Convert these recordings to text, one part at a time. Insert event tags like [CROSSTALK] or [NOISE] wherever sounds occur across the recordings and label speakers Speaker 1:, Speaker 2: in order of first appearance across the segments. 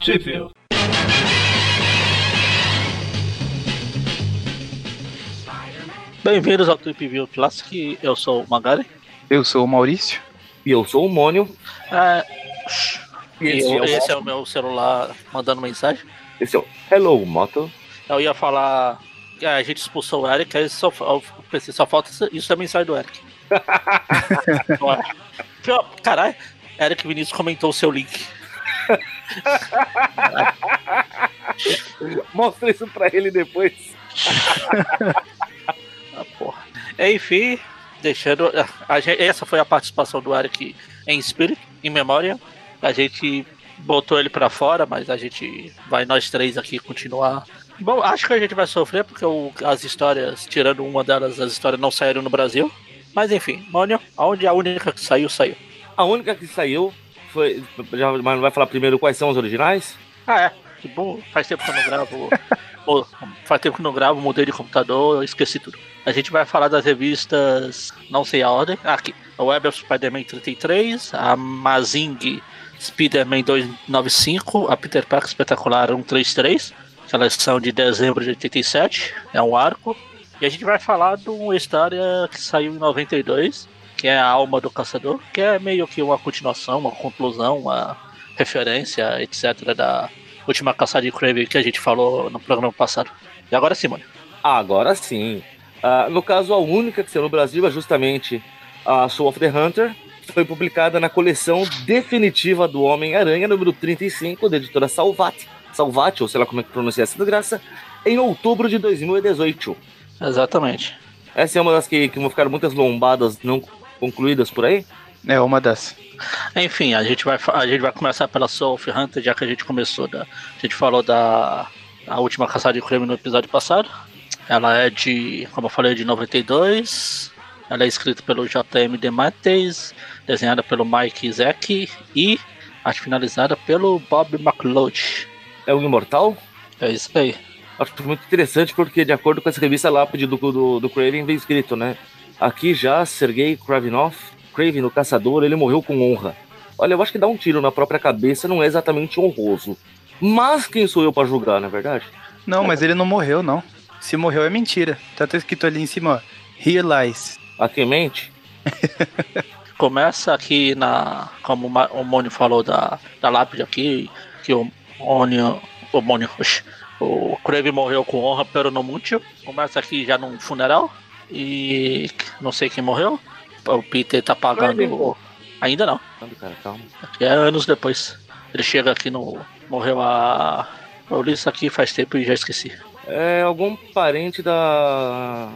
Speaker 1: Sheffield.
Speaker 2: Bem-vindos ao Trip View Classic, eu sou o Magari.
Speaker 3: Eu sou o Maurício.
Speaker 4: E eu sou o Mônio.
Speaker 2: Ah,
Speaker 4: E
Speaker 2: e
Speaker 4: esse, é o,
Speaker 2: esse é o meu celular mandando mensagem.
Speaker 4: esse é o Hello Moto.
Speaker 2: Eu ia falar que a gente expulsou o Eric, aí só, eu pensei, só falta isso, isso é mensagem do
Speaker 4: [LAUGHS]
Speaker 2: Eric. Não é? Pior- Caralho, Eric Vinícius comentou o seu link.
Speaker 4: Mostra isso pra ele depois.
Speaker 2: Ah, porra. Enfim, deixando. ah, a gente- essa foi a participação do Eric em espírito, em memória. A gente botou ele pra fora, mas a gente vai nós três aqui continuar. Bom, acho que a gente vai sofrer, porque o- as histórias, tirando uma delas, as histórias não saíram no Brasil. Mas enfim, Mônio, aonde a única que saiu, saiu.
Speaker 4: A única que saiu foi. Já, mas não vai falar primeiro quais são os originais?
Speaker 2: Ah, é. Que bom, faz tempo que eu não gravo. Pô, faz tempo que eu não gravo, mudei de computador, eu esqueci tudo. A gente vai falar das revistas, não sei a ordem. Ah, aqui. A Web of Spider-Man 33, a Mazing Spider-Man 295, a Peter Parker Espetacular 133, que elas são de dezembro de 87, é um arco. E a gente vai falar de uma história que saiu em 92, que é a Alma do Caçador, que é meio que uma continuação, uma conclusão, uma referência, etc., da última caçada de Crave que a gente falou no programa passado. E agora sim, mano.
Speaker 4: Agora sim. Ah, no caso, a única que saiu no Brasil é justamente a Soul of the Hunter, que foi publicada na coleção definitiva do Homem-Aranha, número 35, da editora Salvati. Salvati, ou sei lá como é que pronuncia essa desgraça, em outubro de 2018.
Speaker 2: Exatamente.
Speaker 4: Essa é uma das que, que vão ficar muitas lombadas não concluídas por aí.
Speaker 3: É uma das.
Speaker 2: Enfim, a gente vai, fa- a gente vai começar pela Soul of Hunter, já que a gente começou da. A gente falou da a última caçada de creme no episódio passado. Ela é de, como eu falei, de 92. Ela é escrita pelo JM DeMatteis, desenhada pelo Mike Zek e acho finalizada pelo Bob McLeod.
Speaker 4: É o Imortal?
Speaker 2: É isso aí.
Speaker 4: Acho que foi muito interessante porque, de acordo com essa revista lápide do, do, do Craven, vem escrito, né? Aqui já Sergei Kravinov, Craven, o caçador, ele morreu com honra. Olha, eu acho que dar um tiro na própria cabeça não é exatamente honroso. Mas quem sou eu pra julgar, não é verdade?
Speaker 3: Não, mas ele não morreu, não. Se morreu é mentira. Tá até escrito ali em cima, ó. Realize.
Speaker 4: Aqui em mente,
Speaker 2: começa aqui na. Como o Ma- o Mônio falou da, da lápide aqui, que o Mônio. O Mônio. oxe, O Crave morreu com honra, pero não muito. Começa aqui já num funeral. E não sei quem morreu. O Peter tá
Speaker 4: Kraven,
Speaker 2: pagando.
Speaker 4: pô.
Speaker 2: Ainda não.
Speaker 4: Calma, cara, calma.
Speaker 2: É anos depois. Ele chega aqui no. Morreu a. Eu li isso aqui faz tempo e já esqueci. [LAUGHS]
Speaker 4: É algum parente da.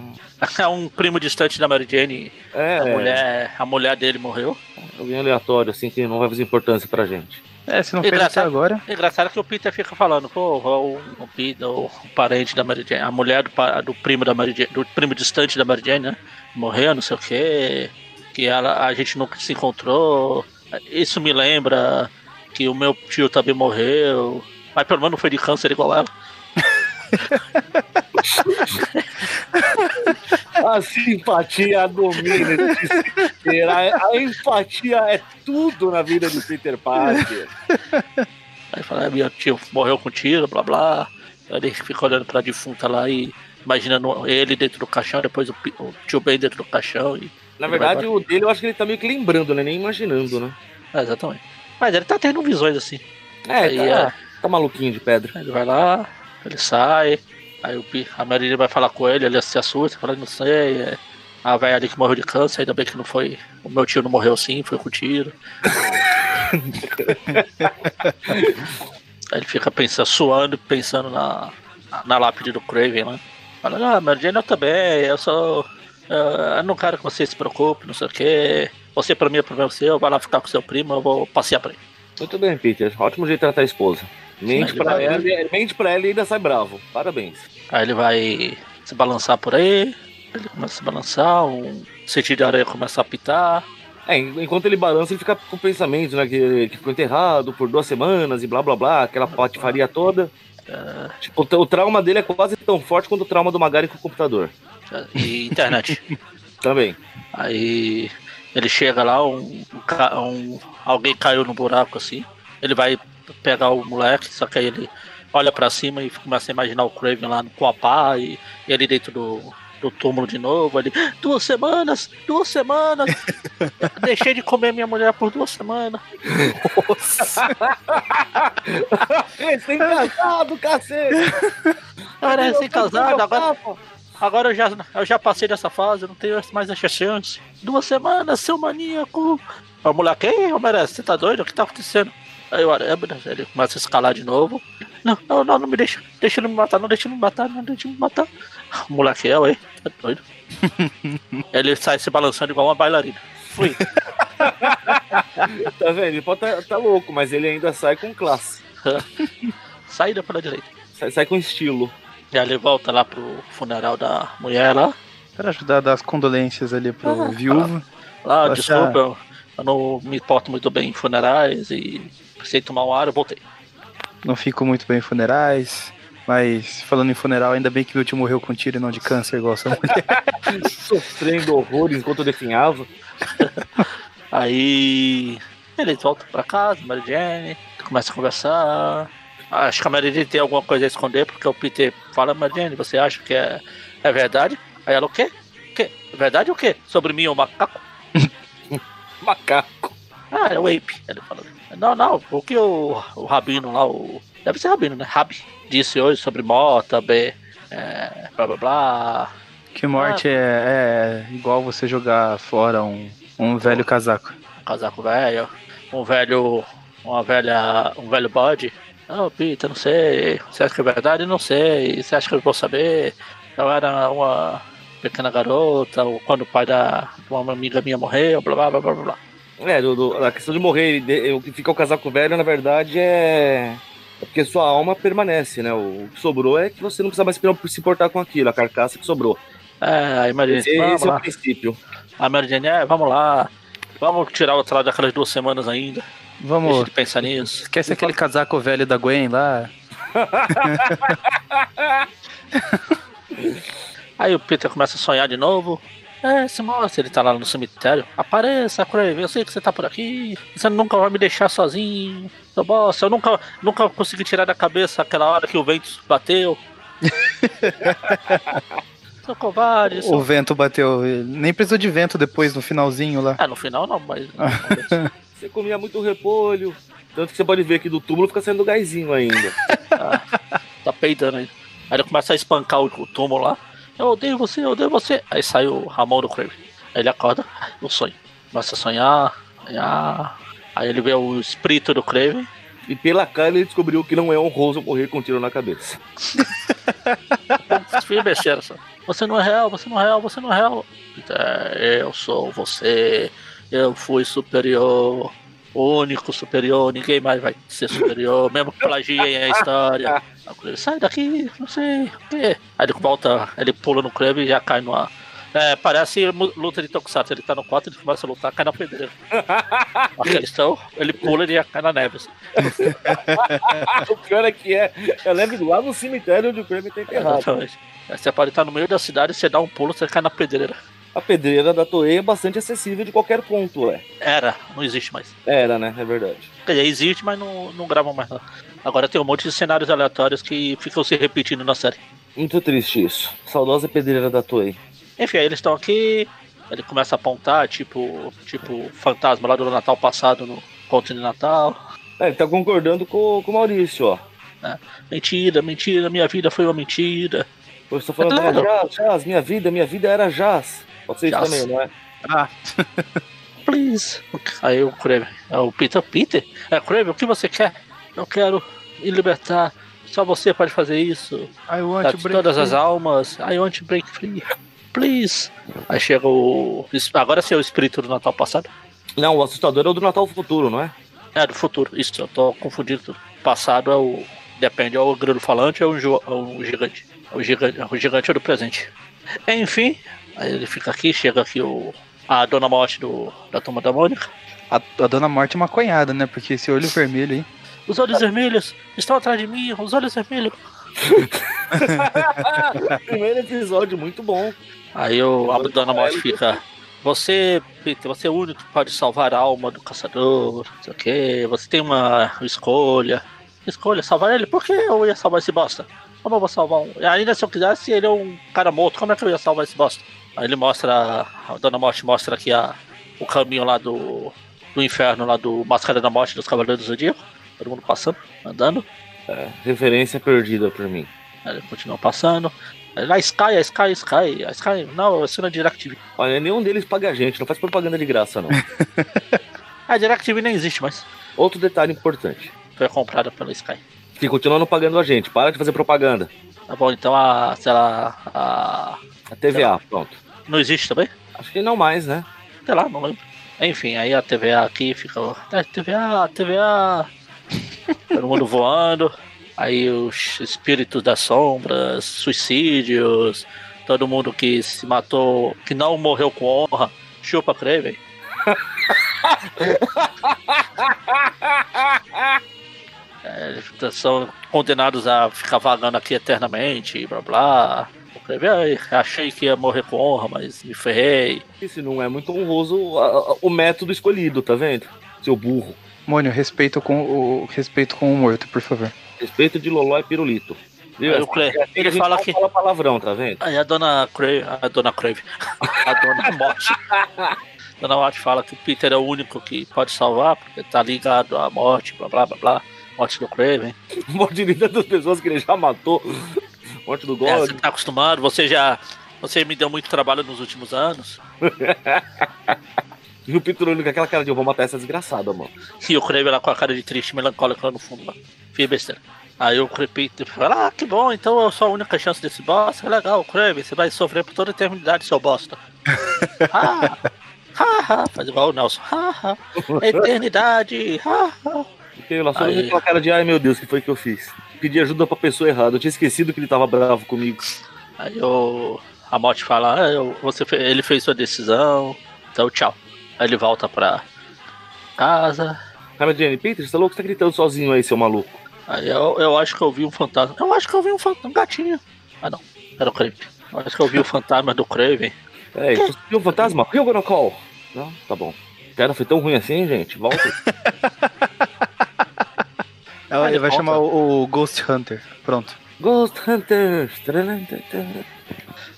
Speaker 2: É um primo distante da Mary Jane.
Speaker 4: É,
Speaker 2: A, mulher, a mulher dele morreu.
Speaker 4: alguém aleatório, assim, que não vai fazer importância pra gente.
Speaker 3: É, se não fez até
Speaker 2: Engraçado.
Speaker 3: agora.
Speaker 2: É engraçado que o Peter fica falando, pô, o, o Peter, o parente da Mary Jane, a mulher do, pa- do primo da Mary Jane, do primo distante da Mary Jane, né? Morreu, não sei o quê, que ela, a gente nunca se encontrou. Isso me lembra que o meu tio também morreu, mas pelo menos não foi de câncer igual ela.
Speaker 4: A simpatia domina. esse desespero. A, a empatia é tudo na vida de Peter Parker.
Speaker 2: Aí fala, ah, meu tio morreu com tiro, blá blá. Aí ele fica olhando pra defunta lá e imaginando ele dentro do caixão, depois o, pi- o tio Ben dentro do caixão e
Speaker 4: Na
Speaker 2: Ele
Speaker 4: verdade,
Speaker 2: vai
Speaker 4: o dele eu acho que ele tá meio que lembrando, né? Nem imaginando, né?
Speaker 2: É, exatamente. Mas ele tá tendo visões assim.
Speaker 4: É,
Speaker 2: Aí,
Speaker 4: tá, tá maluquinho de pedra.
Speaker 2: Ele vai lá, ele sai, aí o Pi- a Marília vai falar com ele, ele se assusta, fala, não sei, é a velha ali que morreu de câncer, ainda bem que não foi. O meu tio não morreu sim, foi com tiro. aí ele fica pensando, suando, pensando na, na lápide do Craven lá. Fala, ah, Mary Jane, eu também, eu sou. eh, eu não quero que você se preocupe, não sei o quê. Você pra mim é problema seu, vai lá ficar com seu primo, eu vou passear pra ele.
Speaker 4: Muito bem, Peter. Ótimo jeito de tratar a esposa. Mente
Speaker 2: Sim,
Speaker 4: pra,
Speaker 2: ele vai- é.
Speaker 4: ela, e- mente pra ela e ainda sai bravo. Parabéns.
Speaker 2: Aí ele vai se balançar por aí, ele começa a se balançar, um sentido de areia começa a apitar.
Speaker 4: É, en- enquanto ele balança, ele fica com pensamento, né? Que, que ficou enterrado por duas semanas e blá blá blá, aquela patifaria toda.
Speaker 2: Ah.
Speaker 4: Tipo, o tra- o trauma dele é quase tão forte quanto o trauma do Magari com o computador.
Speaker 2: E internet.
Speaker 4: Também.
Speaker 2: aí ele chega lá, um, um ca- um- alguém caiu no buraco assim. Ele vai pegar o moleque, só que aí ele olha pra cima e começa a imaginar o Craven lá no- com a pá e, e ele dentro do, do túmulo de novo. Ele, duas semanas, duas semanas. Deixei de comer minha mulher por duas semanas.
Speaker 4: Recém-casado,
Speaker 2: [LAUGHS]
Speaker 4: cacete!
Speaker 2: Cara, é sem casado, agora,
Speaker 4: Pô,
Speaker 2: agora eu, já, eu já passei dessa fase, eu não tenho mais essa chance. Duas semanas, seu maníaco. A mulher, quem, Homem-Aranha, você tá doido? O que tá acontecendo? Aí o Aranha, ele começa a escalar de novo. Não, não, não, não me deixa. Deixa ele me matar, não deixa ele me matar, não deixa ele me matar. [LAUGHS] O moleque é, ué, tá doido. ele sai se balançando igual uma bailarina. Fui.
Speaker 4: Tá vendo? Ele pode tá, tá louco, mas ele ainda sai com classe.
Speaker 2: Saída pela direita.
Speaker 4: Sai, sai com estilo.
Speaker 2: E aí ele volta lá pro funeral da mulher lá.
Speaker 3: Pra ajudar a dar as condolências ali pro
Speaker 2: Ah,
Speaker 3: viúvo.
Speaker 2: Ah,
Speaker 3: Poxa.
Speaker 2: desculpa, eu, eu não me importo muito bem em funerais e precisei tomar um ar, eu voltei.
Speaker 3: Não fico muito bem em funerais. Mas falando em funeral, ainda bem que meu tio morreu com tiro e não de câncer, igual essa mulher.
Speaker 4: Sofrendo horrores enquanto eu definhava.
Speaker 2: Aí eles voltam pra casa, Mary Jane, começa a conversar. Acho que a Mary Jane tem alguma coisa a esconder, porque o Peter fala, Mary Jane, você acha que é, é verdade? Aí ela, o quê? O quê? Verdade o quê? Sobre mim, o macaco?
Speaker 4: Macaco.
Speaker 2: Ah, é o Ape, ele falou. Não, não, o que o, o Rabino lá, o. Deve ser Rabino, né? Rabi. Disse hoje sobre Mota, B. É, blá blá blá.
Speaker 3: Que morte é, é igual você jogar fora um, um velho casaco.
Speaker 2: casaco velho, um velho. uma velha. um velho bode. Ah, Peter, não sei. Você acha que é verdade? Não sei. Você acha que eu vou saber? Eu era uma pequena garota, ou quando o pai da de uma amiga minha morreu, blá blá blá blá blá.
Speaker 4: É, do, do- a questão de morrer, ele de- o que fica o casaco velho, na verdade, é. É porque sua alma permanece, né? O que sobrou é que você não precisa mais se importar com aquilo, a carcaça que sobrou.
Speaker 2: É, aí Mary
Speaker 4: Esse,
Speaker 2: Jane, vamos
Speaker 4: esse é o
Speaker 2: lá.
Speaker 4: princípio.
Speaker 2: A Mary Jane, é, vamos lá. Vamos tirar o trabalho daquelas duas semanas ainda. Deixa
Speaker 3: Vamos,
Speaker 2: ele pensar nisso.
Speaker 3: esquece aquele casaco velho da Gwen lá.
Speaker 2: Aí o Peter começa a sonhar de novo. É, se mostra, ele tá lá no cemitério. Apareça, Craven, eu sei que você tá por aqui. Você nunca vai me deixar sozinho. Seu boss, eu nunca, nunca consegui tirar da cabeça aquela hora que o vento bateu. seu covarde, seu...
Speaker 3: O vento bateu. Nem precisou de vento depois, no finalzinho lá.
Speaker 2: Ah, no final não, mas.
Speaker 4: Você comia muito repolho. Tanto que você pode ver que do túmulo fica saindo gásinho ainda.
Speaker 2: tá peidando aí. Aí ele começa a espancar o, o túmulo lá. Eu odeio você, eu odeio você. Aí sai o Ramon do Craven. Aí ele acorda, no sonho. Começa a sonhar, sonhar. Aí ele vê o espírito do Craven.
Speaker 4: E pela cara ele descobriu que não é honroso morrer com um tiro na cabeça. [LAUGHS]
Speaker 2: Filho é besteira, só. Você não é real, você não é real, você não é real. Peter, eu sou você. Eu fui superior. O único superior, ninguém mais vai ser superior, mesmo que plagiem a história. Aí o Kraven, Sai daqui, não sei o quê. Aí ele volta, ele pula no Kraven e já cai numa. É, parece mu- luta de Tokusatsu. Ele tá no quarto, ele começa a lutar, cai na pedreira. Aquele estão, ele pula e já cai na neve. assim.
Speaker 4: o pior é que é. Eu lembro lá no cemitério onde o Kramer tá enterrado.
Speaker 2: Exatamente. Aí Você pode estar no meio da cidade, você dá um pulo, você cai na pedreira.
Speaker 4: A pedreira da Toei é bastante acessível de qualquer ponto, é.
Speaker 2: Era, não existe mais.
Speaker 4: Era, né? É verdade.
Speaker 2: Quer dizer, existe, mas não, não gravam mais. Não. Agora tem um monte de cenários aleatórios que ficam se repetindo na série.
Speaker 4: Muito triste isso. Saudosa pedreira da Toei.
Speaker 2: Enfim, aí eles estão aqui, ele começa a apontar, tipo, tipo fantasma lá do Natal passado no conto de Natal.
Speaker 4: É, ele tá concordando com, com o Maurício, ó.
Speaker 2: Mentira, mentira, minha vida foi uma mentira.
Speaker 4: Eu estou falando,
Speaker 2: É claro.
Speaker 4: ah, Jazz, Jazz, minha vida, minha vida era Jazz. Pode ser isso
Speaker 2: Jazz.
Speaker 4: também, não é?
Speaker 3: Ah,
Speaker 2: Please. Aí o Kraven, é o Peter, Peter? É, Kraven, o que você quer? Eu quero me libertar. Só você pode fazer isso.
Speaker 3: I
Speaker 2: Tá,
Speaker 3: want to
Speaker 2: de
Speaker 3: break
Speaker 2: todas as
Speaker 3: free.
Speaker 2: almas, I want to break free, please. Aí chega o. Agora sim é o espírito do Natal passado.
Speaker 4: Não, o assustador é o do Natal Futuro, não é?
Speaker 2: É, do futuro, isso, eu tô confundindo tudo. Passado é o. Depende, é o grilo falante ou é o, jo- é o gigante. É o gigante, é o gigante é do presente. Enfim, aí ele fica aqui, chega aqui o. A Dona Morte do, da Turma da Mônica.
Speaker 3: A, a Dona Morte é uma cunhada, né? Porque esse olho vermelho aí.
Speaker 2: Os olhos vermelhos estão atrás de mim, os olhos vermelhos.
Speaker 4: Primeiro episódio, muito bom.
Speaker 2: Aí o, a Dona Morte fica. Você, Peter, você é o único que pode salvar a alma do caçador, não sei o quê. Você tem uma escolha. Escolha, salvar ele? Por que eu ia salvar esse bosta? Como eu vou salvar um? E Ainda se eu quisesse, ele é um cara morto. Como é que eu ia salvar esse bosta? Aí ele mostra, a Dona Morte mostra aqui a, o caminho lá do, do inferno, lá do Máscara da Morte dos Cavaleiros do Zodíaco. Todo mundo passando, andando.
Speaker 4: É, referência perdida por mim.
Speaker 2: Aí ele continua passando. Aí lá Sky, a Sky, a Sky, a Sky. Não, a cena de DirecTV.
Speaker 4: Olha, nenhum deles paga a gente, não faz propaganda de graça, não.
Speaker 2: A DirecTV nem existe mais.
Speaker 4: Outro detalhe importante,
Speaker 2: Foi comprada pela Sky.
Speaker 4: que continua não pagando a gente, para de fazer propaganda.
Speaker 2: Tá bom, então a. sei lá. A,
Speaker 4: A TVA, pronto.
Speaker 2: não existe também?
Speaker 4: Acho que não mais, né?
Speaker 2: Sei lá, não lembro. Enfim, aí a TVA aqui fica. "Ah, TVA, TVA. Todo mundo voando. Aí os espíritos das sombras, suicídios, todo mundo que se matou, que não morreu com honra, chupa Kraven. É, eles são condenados a ficar vagando aqui eternamente, e blá blá. O Kraven, "Ai, achei que ia morrer com honra, mas me ferrei.
Speaker 4: Isso não é muito honroso a- a- o método escolhido, tá vendo? Seu burro.
Speaker 3: Mônio, respeito com o respeito com o morto, por favor.
Speaker 4: Respeito de Loló e Pirulito. Viu?
Speaker 2: Aí o Clé-
Speaker 4: É assim que
Speaker 2: ele
Speaker 4: a gente
Speaker 2: fala
Speaker 4: não
Speaker 2: que-
Speaker 4: fala palavrão, tá vendo? [LAUGHS]
Speaker 2: Aí a dona Crave, a dona Crave, a dona Morte. dona Morte fala que o Peter é o único que pode salvar, porque tá ligado à morte, blá blá blá blá. Morte do Craven.
Speaker 4: Morte de tantas pessoas que ele já matou. Morte do
Speaker 2: É, você
Speaker 4: God.
Speaker 2: tá acostumado, você já. Você me deu muito trabalho nos últimos anos.
Speaker 4: E o Pirulito com aquela cara de eu vou matar essa desgraçada, mano.
Speaker 2: E o Kraven lá com a cara de triste, melancólica lá no fundo lá. Fiz besteira. Aí o Cra- Peter fala, ah, que bom, então eu sou a única chance desse bosta. É Legal, Kraven, você vai sofrer por toda a eternidade, seu bosta. ah, ah, ah, faz igual o Nelson. Ah, ah, eternidade, ah, ah.
Speaker 4: Fiquei lá só
Speaker 2: Aí.
Speaker 4: com aquela cara de ai meu Deus, o que foi que eu fiz? Pedi ajuda pra pessoa errada, eu tinha esquecido que ele tava bravo comigo.
Speaker 2: Aí o, a morte fala, ah, eu- você, fe- ele fez sua decisão, então tchau. Aí ele volta pra casa.
Speaker 4: Cara, Jenny, Peter, você tá louco? Você tá gritando sozinho aí, seu maluco.
Speaker 2: Aí Ah, eu, eu acho que eu vi um fantasma. Eu acho que eu vi um fantasma, um gatinho. Ah não, era o Kraven. Eu acho que eu vi o fantasma do Kraven.
Speaker 4: Peraí, você viu um fantasma? Who you gonna call? Não, tá bom. Cara, foi tão ruim assim, gente? Volta.
Speaker 2: Ah,
Speaker 3: Ela,
Speaker 2: ele
Speaker 3: ele vai
Speaker 2: volta.
Speaker 3: chamar o, o Ghost Hunter. Pronto.
Speaker 4: Ghost Hunters.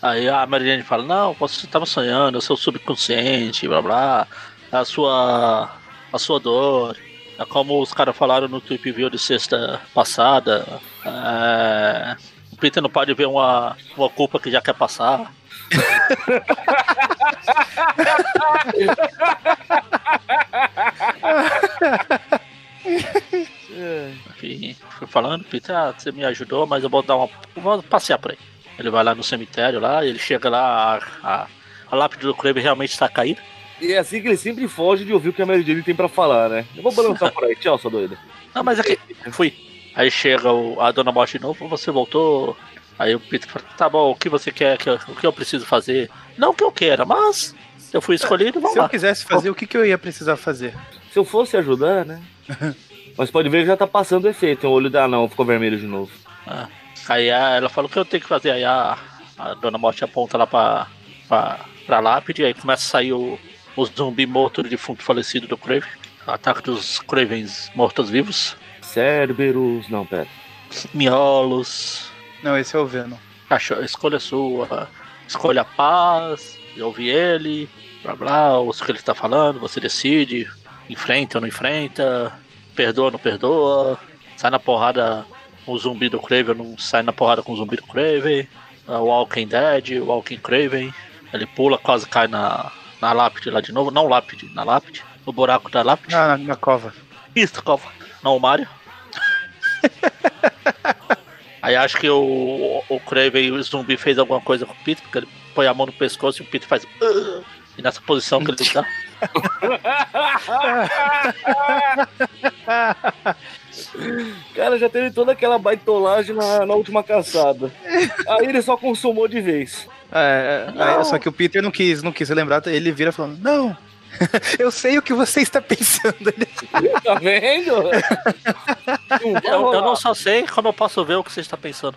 Speaker 2: Aí a Mary Jane fala, não, você estava sonhando, é o seu subconsciente, blá blá, é a sua. a sua dor. É como os caras falaram no Trip View de sexta passada. é, O Peter não pode ver uma, uma culpa que já quer passar. Enfim, fui falando, Peter, ah, você me ajudou, mas eu vou dar uma. Vou passear por aí. Ele vai lá no cemitério lá, ele chega lá, a, a, a lápide do Kramer realmente está caída.
Speaker 4: E é assim que ele sempre foge de ouvir o que a Mary Jane tem pra falar, né? Eu vou balançar por aí. Tchau, sua doida.
Speaker 2: Não, mas aqui, fui. Aí chega o- a dona Morte de novo, você voltou. Aí o Peter fala, tá bom, o que você quer, que eu- o que eu preciso fazer? Não o que eu queira, mas se eu fui escolhido, vamos
Speaker 3: Se eu
Speaker 2: lá.
Speaker 3: quisesse fazer, o que, que eu ia precisar fazer?
Speaker 4: Se eu fosse ajudar, né? Mas pode ver que já tá passando o efeito. O olho da não ficou vermelho de novo.
Speaker 2: Ah, Aí a- ela fala, o que eu tenho que fazer? Aí a, a dona Morte aponta lá pra, pra, pra lápide, aí começa a sair o, o zumbi morto, o defunto falecido do Kraven. Ataque dos Kravens mortos-vivos.
Speaker 4: Cerberus. Não, pera.
Speaker 2: Miolos,
Speaker 3: Não, esse é o Venom.
Speaker 2: Cachorro, escolha sua, escolha a paz, eu ouvi ele, blá blá, ouça o que ele está falando, você decide, enfrenta ou não enfrenta, perdoa ou não perdoa, sai na porrada com o zumbi do Craven ou não sai na porrada com o zumbi do Craven, ah, o Walking Dead, o Walking Craven, ele pula, quase cai na, na lápide lá de novo, não lápide, na lápide, no buraco da lápide,
Speaker 3: Ah, na, na cova.
Speaker 2: isso, Cova. Não, o [LAUGHS] Mario. Aí acho que o, o Kraven, o zumbi, fez alguma coisa com o Peter, porque ele põe a mão no pescoço e o Peter faz. "Ugh", E nessa posição que ele tá.
Speaker 4: Cara, já teve toda aquela baitolagem na, na última caçada. Aí ele só consumou de vez.
Speaker 3: É, é,
Speaker 2: Não.
Speaker 3: é, só que o Peter não quis, não quis relembrar, ele vira falando, não, [LAUGHS] eu sei o que você está
Speaker 2: [LAUGHS]
Speaker 3: [LAUGHS] pensando. Ele-
Speaker 4: Tá vendo? Não vai
Speaker 2: Eu, eu
Speaker 4: rolar.
Speaker 2: não só sei como eu posso ver o que você está pensando.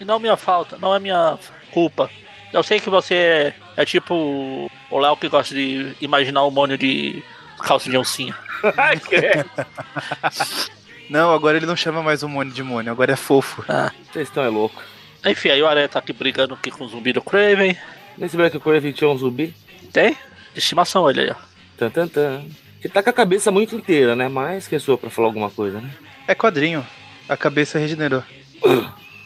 Speaker 2: E não minha falta, não é minha culpa. Eu sei que você é, É tipo o Léo que gosta de imaginar o Mônio de calça de oncinha.
Speaker 4: Ai, credo.
Speaker 3: Não, agora ele não chama mais o Mônio de Mônio, agora é fofo.
Speaker 4: Vocês estão é louco.
Speaker 2: Enfim, aí o Aranha tá aqui brigando aqui com o zumbi do Craven.
Speaker 4: Nem se lembra que o Craven tinha um zumbi?
Speaker 2: Tem? De estimação ele aí, ó.
Speaker 4: Tan, tan, tan. Que tá com a cabeça muito inteira, né? Mas quem sou eu pra falar alguma coisa, né?
Speaker 3: É quadrinho. A cabeça regenerou.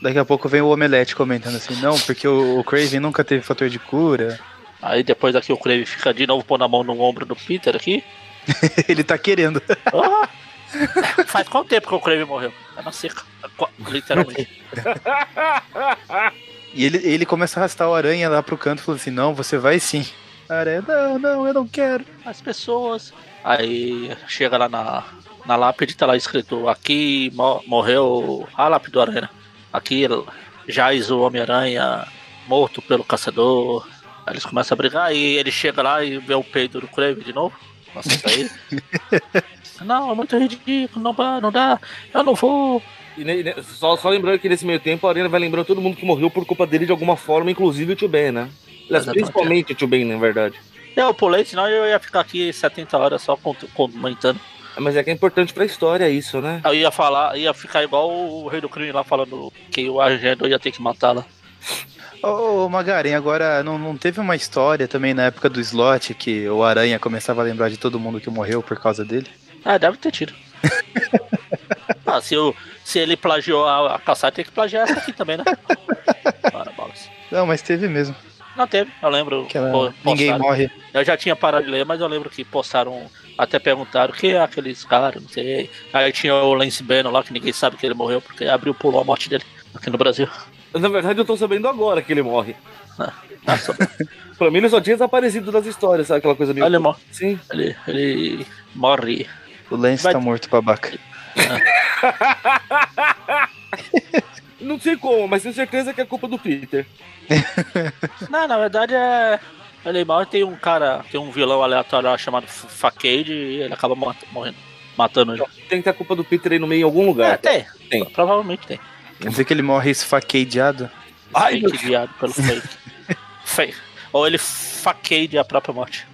Speaker 3: Daqui a pouco vem o Omelete comentando assim, não, porque o, o Craven nunca teve fator de cura. [LAUGHS]
Speaker 2: Aí depois aqui o Craven fica de novo pondo a mão no ombro do Peter aqui.
Speaker 3: ele tá querendo.
Speaker 2: Ah! Faz quanto tempo que o Kraven morreu? É na seca. Qu- Literalmente.
Speaker 3: E ele, ele começa a arrastar o aranha lá pro canto, falando assim, não, você vai sim. A Aranha, não, não, eu não quero.
Speaker 2: [LAUGHS] As pessoas. Aí chega lá na, na lápide, tá lá escrito: aqui mo- morreu a lápide do Aranha. Aqui jaz o Homem-Aranha morto pelo caçador. Aí eles começam a brigar e ele chega lá e vê o peito do Kraven de novo. Nossa, isso aí. não, é muito ridículo, não dá, não dá, eu não vou.
Speaker 4: E ne- ne- só, só lembrando que nesse meio tempo a Arena vai lembrando todo mundo que morreu por culpa dele de alguma forma, inclusive o Tio Ben, né? Aliás,
Speaker 2: Exatamente.
Speaker 4: principalmente o Tio Ben, na verdade.
Speaker 2: Eu pulei, senão eu ia ficar aqui 70 horas só cont- comentando.
Speaker 4: Mas é que é importante pra história isso, né?
Speaker 2: Eu ia falar, ia ficar igual o rei do crime lá falando que o agente ia ter que matá-la.
Speaker 3: Ô, ô Magaren, agora não, não teve uma história também na época do slot que o Aranha começava a lembrar de todo mundo que morreu por causa dele?
Speaker 2: Ah, deve ter tido. ah, se, o- se ele plagiou a, a caçada, tem que plagiar essa aqui também, né? Para, bolas.
Speaker 3: Não, mas teve mesmo.
Speaker 2: Não teve, eu lembro.
Speaker 3: Que ela-
Speaker 2: po-
Speaker 3: ninguém
Speaker 2: postaram.
Speaker 3: morre.
Speaker 2: Eu já tinha parado de ler, mas eu lembro que postaram, até perguntaram que é aqueles caras, não sei. Aí tinha o Lance Bannon lá, que ninguém sabe que ele morreu, porque abriu, pulou a morte dele aqui no Brasil.
Speaker 4: Na verdade, eu tô sabendo agora que ele
Speaker 2: [LAUGHS]
Speaker 4: morre.
Speaker 2: Ah, só-
Speaker 4: Pra mim, ele só tinha desaparecido das histórias, sabe? Aquela coisa meio. assim?
Speaker 2: ele, mo-
Speaker 4: Sim.
Speaker 2: ele, ele morre.
Speaker 3: O Lance
Speaker 2: Vai-
Speaker 3: tá morto, babaca.
Speaker 4: Não sei como, mas tenho certeza que é culpa do Peter.
Speaker 2: Não, na verdade é. Ele morre, tem um cara, tem um vilão aleatório lá chamado F- Facade e ele acaba mat- morrendo, matando ele.
Speaker 4: Tem que ter a culpa do Peter aí no meio em algum
Speaker 2: É,
Speaker 4: lugar.
Speaker 2: tem.
Speaker 4: Tem.
Speaker 2: Provavelmente tem.
Speaker 3: Quer dizer que ele morre esfaqueado?
Speaker 4: Ai, meu
Speaker 2: fake guiado pelo fake. fake. Ou ele faqueia a
Speaker 4: [LAUGHS]
Speaker 2: própria morte.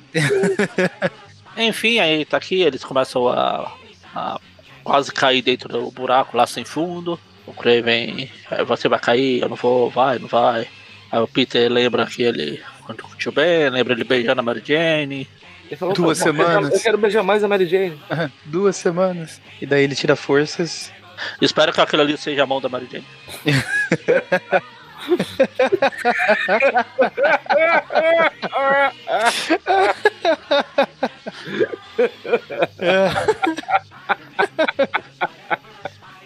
Speaker 2: Enfim, aí tá aqui, eles começam a, a quase cair dentro do buraco lá sem fundo. O Kraven, "Eh, você vai cair, eu não vou, vai, não vai. Aí o Peter lembra que ele, quando curtiu bem, lembra ele beijando a Mary Jane.
Speaker 4: Ele falou,
Speaker 3: Duas
Speaker 4: "Não, eu quero-
Speaker 3: semanas.
Speaker 4: Eu quero beijar mais a Mary Jane.
Speaker 3: Ah, Duas semanas. E daí ele tira forças.
Speaker 2: Espero que aquilo ali seja a mão da Mary Jane.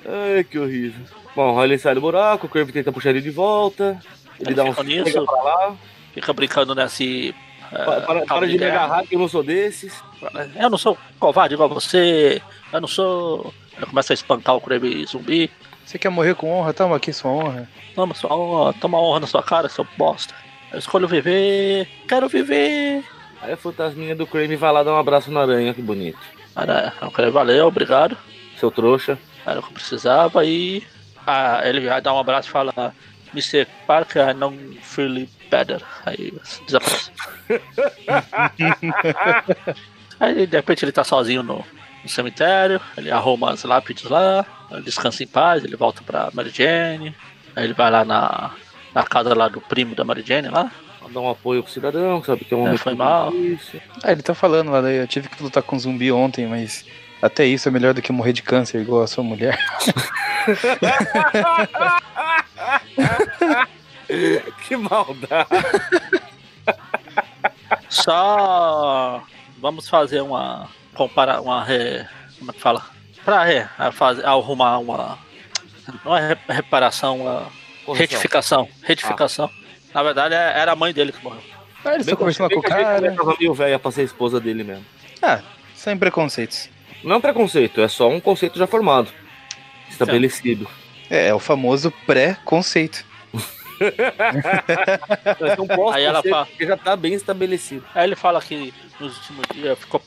Speaker 4: Ai, que horrível. Bom, aí ele sai do buraco, o Kirby tenta puxar ele de volta. Ele
Speaker 2: Eles
Speaker 4: dá um
Speaker 2: ficam
Speaker 4: pega
Speaker 2: nisso.
Speaker 4: pra lá.
Speaker 2: Fica brincando nesse. eh,
Speaker 4: Pa- para,
Speaker 2: cabo
Speaker 4: para de me
Speaker 2: guerra.
Speaker 4: agarrar que eu não sou desses.
Speaker 2: Eu não sou covarde igual você. Eu não sou. Ele começa a espancar o Kraven zumbi.
Speaker 3: Você quer morrer com honra? Toma aqui sua honra.
Speaker 2: Toma, sua honra, toma honra na sua cara, seu bosta. Eu escolho viver, quero viver.
Speaker 4: Aí a fantasminha do Kramer vai lá dar um abraço na aranha, que bonito.
Speaker 2: Cara, eu quero valeu, obrigado.
Speaker 4: Seu trouxa.
Speaker 2: Era o que eu precisava e. Ah, ele já dá um abraço e fala: Mr. Parker, I não feel better. Aí desaparece. Aí de repente ele tá sozinho no, no cemitério, ele arruma as lápides lá, ele descansa em paz, ele volta pra Mary Jane, aí ele vai lá na, na casa lá do primo da Mary Jane lá.
Speaker 4: Dá um apoio pro cidadão, que sabe? Que é um
Speaker 2: É,
Speaker 4: momento
Speaker 2: foi mal.
Speaker 4: difícil.
Speaker 3: Ah, ele tá falando lá, daí eu tive que lutar com um zumbi ontem, mas até isso é melhor do que morrer de câncer igual a sua mulher.
Speaker 4: [LAUGHS]
Speaker 3: [LAUGHS]
Speaker 4: Que
Speaker 2: [LAUGHS]
Speaker 4: maldade.
Speaker 2: Só vamos fazer uma compara uma re- como é que fala? Pra re- a fazer arrumar uma não é re- reparação, uma retificação, retificação. Na verdade é- era a mãe dele que morreu.
Speaker 3: Ah, eles estão conversando com o cara.
Speaker 4: Ela tava meio velha pra ser esposa dele mesmo.
Speaker 3: Ah, sem preconceitos.
Speaker 4: Não é um preconceito, é só um conceito já formado. Estabelecido.
Speaker 3: É, é o famoso pré-conceito.
Speaker 4: Mas não então posso
Speaker 2: Aí ela
Speaker 4: conceito,
Speaker 2: fala-
Speaker 4: Porque já tá bem estabelecido.
Speaker 2: Aí ele fala que nos últimos dias ficou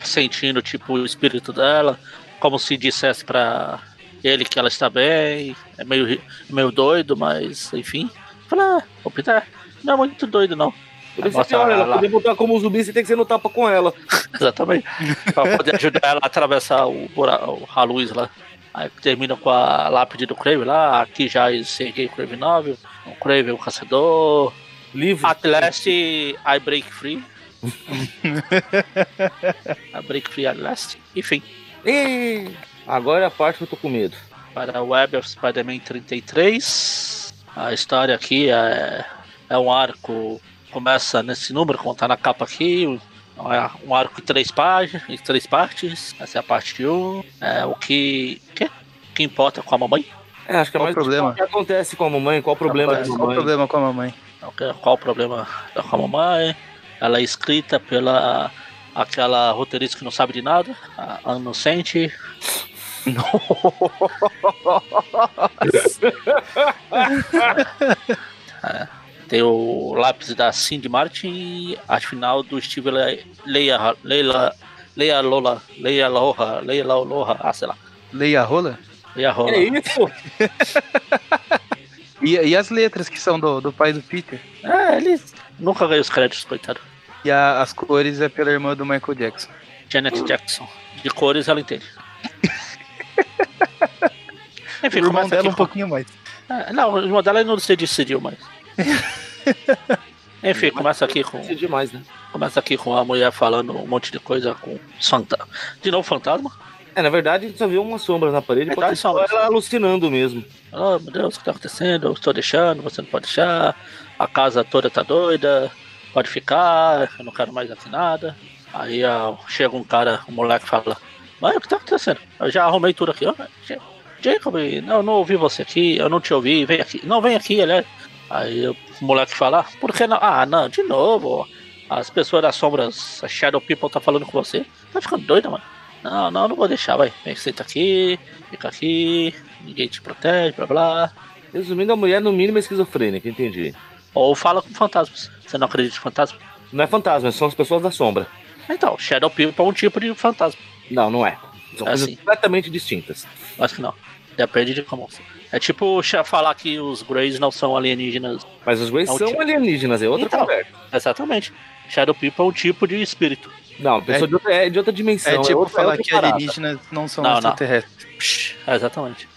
Speaker 2: sentindo tipo o espírito dela, como se dissesse pra ele que ela está bem, é meio, ri- meio doido, mas enfim. Fala, ah, ô Peter, não é muito doido não.
Speaker 4: Por isso
Speaker 2: Bota
Speaker 4: que, olha,
Speaker 2: lá,
Speaker 4: ela
Speaker 2: lá.
Speaker 4: poder botar como zumbi, você tem que ser no tapa com ela.
Speaker 2: Exatamente. pra poder ajudar ela a atravessar o buraco, a luz lá. Aí termina com a lápide do Crave lá, aqui já encerrei o Crave 9, o Crave o caçador.
Speaker 4: Livre.
Speaker 2: At last I break free. I break free at last. Enfim,
Speaker 4: Ih, agora é a parte que eu tô com medo.
Speaker 2: para a Web of Spider-Man 33. A história aqui é, é um arco. Começa nesse número, como tá na capa aqui. é Um arco em três páginas, em três partes. Essa é a parte 1. É o que. O quê? O que importa com a mamãe?
Speaker 4: É, acho que é
Speaker 3: Qual
Speaker 4: mais
Speaker 3: o problema?
Speaker 4: o que acontece com a mamãe, qual o problema da
Speaker 3: Rapaz, Qual o
Speaker 4: mamãe.
Speaker 3: problema com a mamãe?
Speaker 2: Então, que- Qual o problema da com a mamãe? Ela é escrita pela aquela roteirista que não sabe de nada, a Inocente. Tem o lápis da Cindy Martin, a final do Steve Le- Leia Leila Leia Lola, Leia Loha, Leia Loha, ah, sei lá,
Speaker 3: Leia a rola?
Speaker 2: Leia Lola.
Speaker 4: É isso?
Speaker 3: E, e as letras que são do, do pai do Peter?
Speaker 2: É, ele nunca ganhou os créditos, coitado.
Speaker 3: E a- as cores é pela irmã do Michael Jackson. Hum.
Speaker 2: Janet Jackson. De cores ela
Speaker 3: [LAUGHS]
Speaker 2: entende.
Speaker 3: O
Speaker 2: Enfim,
Speaker 3: irmão
Speaker 2: começa
Speaker 3: dela
Speaker 2: aqui.
Speaker 3: um pouquinho mais.
Speaker 2: É, não, o irmão dela não se decidiu
Speaker 3: [LAUGHS]
Speaker 2: mais. Enfim, começa aqui com.
Speaker 4: Isso é demais, né?
Speaker 2: Começa aqui com a mulher falando um monte de coisa com fantasma. De novo fantasma?
Speaker 4: É, na verdade, a gente só viu uma sombra na parede,
Speaker 2: Verdade,
Speaker 4: pode ser só
Speaker 2: sombra.
Speaker 4: ela alucinando mesmo.
Speaker 2: Oh meu Deus, o que tá acontecendo? Eu estou deixando, você não pode deixar, a casa toda tá doida, pode ficar, eu não quero mais aqui nada. Aí ó, chega um cara, um moleque fala, mas o que tá acontecendo? Eu já arrumei tudo aqui, ó. Ja- Jacob, não, eu não ouvi você aqui, eu não te ouvi, vem aqui, não vem aqui, aliás. Aí o moleque fala, "Ah, por que não? Ah não, de novo, as pessoas das sombras, a Shadow People tá falando com você, tá ficando doida, mano. Não, não, não vou deixar, vai. Vem, senta aqui, fica aqui, ninguém te protege, blá blá.
Speaker 4: Resumindo, a mulher no mínimo é esquizofrênica, entendi.
Speaker 2: Ou fala com fantasmas. Você não acredita em fantasma?
Speaker 4: Não é fantasma, são as pessoas da sombra.
Speaker 2: Então, Shadow People é um tipo de fantasma.
Speaker 4: Não, não é. São
Speaker 2: É
Speaker 3: Ah,
Speaker 4: coisas
Speaker 2: assim.
Speaker 4: completamente distintas.
Speaker 2: Acho que não. Depende de como. É tipo cha- falar que os Greys não são alienígenas.
Speaker 4: Mas os Greys
Speaker 2: É um
Speaker 4: são
Speaker 2: tipo.
Speaker 4: alienígenas, é outra
Speaker 2: Então.
Speaker 4: conversa.
Speaker 2: Exatamente. Shadow People é um tipo de espírito.
Speaker 4: Não, pessoa
Speaker 3: É-
Speaker 4: de, outra, é de outra dimensão.
Speaker 3: É tipo
Speaker 4: outra-
Speaker 3: falar
Speaker 4: outra
Speaker 3: que
Speaker 4: parada.
Speaker 3: alienígenas não são
Speaker 2: Não, não.
Speaker 3: extraterrestres.
Speaker 2: Psh, exatamente.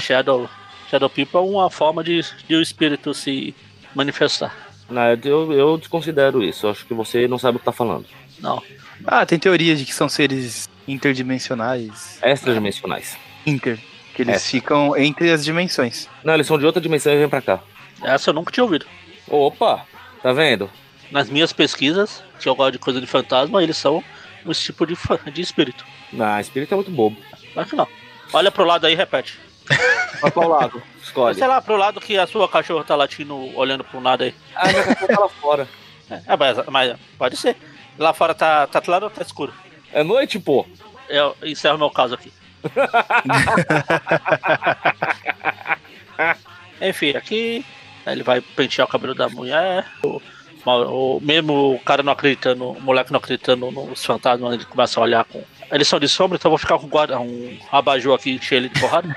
Speaker 2: Shadow, Shadow People é uma forma de, de o espírito se manifestar.
Speaker 4: Não, eu, eu desconsidero isso. Eu acho que você não sabe o que tá falando.
Speaker 2: Não.
Speaker 3: Ah, tem teorias de que são seres interdimensionais.
Speaker 4: Extradimensionais.
Speaker 3: Inter. Que eles
Speaker 4: É.
Speaker 3: ficam entre as dimensões.
Speaker 4: Não, eles são de outra dimensão e vêm pra cá.
Speaker 2: Essa eu nunca tinha ouvido.
Speaker 4: Opa! Tá vendo?
Speaker 2: Nas minhas pesquisas, que eu gosto de coisa de fantasma, eles são um tipo de, fa- de espírito.
Speaker 4: Ah, espírito é muito bobo.
Speaker 2: Mas que não. Olha pro lado aí e repete.
Speaker 4: Vai pra um
Speaker 2: [LAUGHS]
Speaker 4: lado. Escolhe.
Speaker 2: Sei lá, pro lado que a sua cachorra tá latindo, olhando pro nada aí.
Speaker 4: Ah, minha cachorra tá lá fora.
Speaker 2: É, é, mas, mas pode ser. Lá fora tá, tá claro ou tá escuro?
Speaker 4: É noite, pô.
Speaker 2: Eu encerro é meu caso aqui. Enfim, aqui ele vai pentear o cabelo da mulher. O, o- mesmo o cara não acreditando, o moleque não acreditando nos fantasmas, ele começa a olhar com. Eles são de sombra, então eu vou ficar com guarda, um abajur aqui e encher ele de porrada.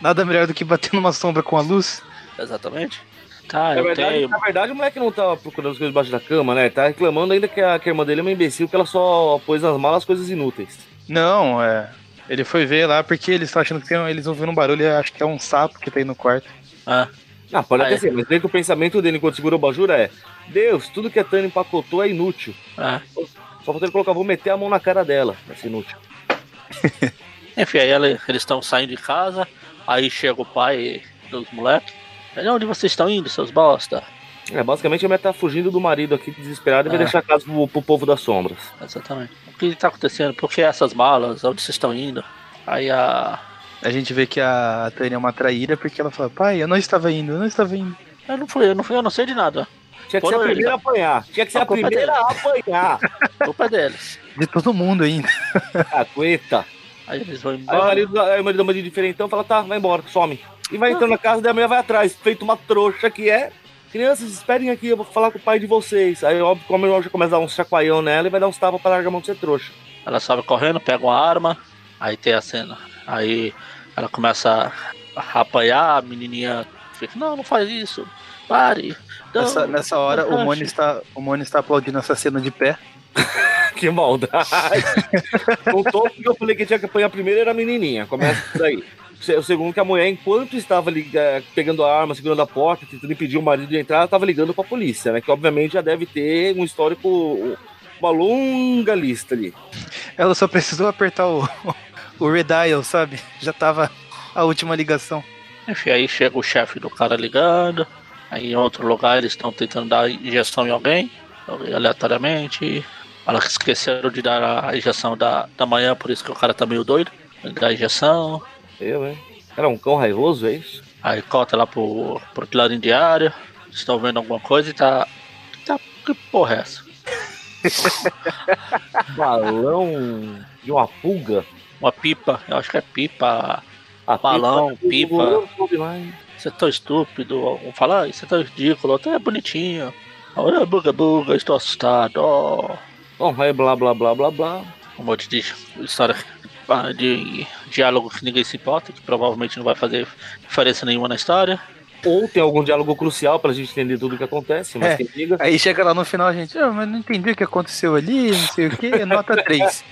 Speaker 3: Nada melhor do que bater numa sombra com a luz.
Speaker 2: Exatamente. Tá,
Speaker 4: Na
Speaker 2: eu
Speaker 4: É verdade,
Speaker 2: tenho.
Speaker 4: na verdade, o moleque não tá procurando as coisas debaixo da cama, né? Tá reclamando ainda que a, que a irmã dele é uma imbecil, que ela só pôs nas malas coisas inúteis.
Speaker 3: Não, é. Ele foi ver lá porque eles estão achando que tem, eles ouviram um barulho e acho que é um sapo que tá aí no quarto.
Speaker 2: Ah,
Speaker 4: Ah, pode
Speaker 2: Ah,
Speaker 4: até
Speaker 2: é.
Speaker 4: ser, mas meio que o pensamento dele enquanto segura o bajura é: Deus, tudo que a Tânia empacotou é inútil.
Speaker 2: ah.
Speaker 4: Só falta ele colocar, vou meter a mão na cara dela. Vai ser inútil.
Speaker 2: Enfim, aí ela- eles estão saindo de casa, aí chega o pai dos moleques. Ele, Onde vocês estão indo, seus bosta?
Speaker 4: É, basicamente a mulher tá fugindo do marido aqui desesperada e vai
Speaker 2: É.
Speaker 4: deixar a casa pro, pro povo das sombras.
Speaker 2: Exatamente. O que está acontecendo? Por que essas malas? Onde vocês estão indo? Aí a.
Speaker 3: A gente vê que a Tânia é uma traíra porque ela fala: pai, eu não estava indo, eu não estava indo.
Speaker 2: Eu não fui, eu não fui, eu não sei de nada.
Speaker 4: Tinha que ser a
Speaker 2: Foram eles,
Speaker 4: primeira a apanhar. Tinha que ser
Speaker 2: A
Speaker 4: a
Speaker 2: culpa é
Speaker 4: primeira a apanhar.
Speaker 2: Culpa é deles.
Speaker 3: De todo mundo ainda.
Speaker 4: Cagueta.
Speaker 2: Aí eles vão
Speaker 4: Aí o
Speaker 2: embora.
Speaker 4: marido, aí o marido da mãe de diferentão fala, tá, vai embora, some. E
Speaker 2: Ah.
Speaker 4: vai entrando na casa, daí a mulher vai atrás, feito uma trouxa que é. Crianças, esperem aqui, eu vou falar com o pai de vocês. Aí, óbvio, como a mulher já começa a dar uns chacoalhão nela e vai dar uns tapas pra largar a mão de ser trouxa.
Speaker 2: Ela sobe correndo, pega uma arma. Aí tem a cena. Aí ela começa a apanhar, a menininha fica: Não, não faz isso. pare. Não,
Speaker 3: Nessa, nessa hora, o
Speaker 2: relaxa.
Speaker 3: Mônio, está, o Mônio está aplaudindo essa cena de pé.
Speaker 4: Que maldade! Contou que eu falei que tinha que apanhar primeiro era a menininha. Começa por aí. O segundo que a mulher, enquanto estava ali, eh, pegando a arma, segurando a porta, tentando impedir o marido de entrar, ela estava ligando para a polícia, né? Que obviamente já deve ter um histórico, uma longa lista ali.
Speaker 3: Ela só precisou apertar o, [LAUGHS] o redial, sabe? Já tava a última ligação.
Speaker 2: Enfim, aí chega o chefe do cara ligando. Aí em outro lugar eles estão tentando dar injeção em alguém, alguém aleatoriamente. Fala que esqueceram de dar a injeção da, da manhã, por isso que o cara tá meio doido. Ele dá a injeção.
Speaker 4: Eu, hein? Era um cão raivoso, é isso?
Speaker 2: Aí corta lá pro, pro clarim diário. Estão vendo alguma coisa e tá. tá que porra é essa?
Speaker 4: Balão de uma pulga.
Speaker 2: Uma pipa, eu acho que é pipa.
Speaker 4: A
Speaker 2: Balão, pipa.
Speaker 4: Eu não soube mais.
Speaker 2: Você é tão estúpido. Um fala, "Ai, você é tão ridículo, até é bonitinho. Olha, buga, buga, estou assustado. ó."
Speaker 4: Bom, aí blá blá blá blá blá.
Speaker 2: um monte de história ah, de diálogo que ninguém se importa, que provavelmente não vai fazer diferença nenhuma na história.
Speaker 4: Ou tem algum diálogo crucial pra gente entender tudo o que acontece, mas
Speaker 3: É.
Speaker 4: quem liga.
Speaker 3: Aí chega lá no final, gente, ah, mas não entendi o que aconteceu ali, não sei o
Speaker 2: [LAUGHS]
Speaker 3: que, nota 3.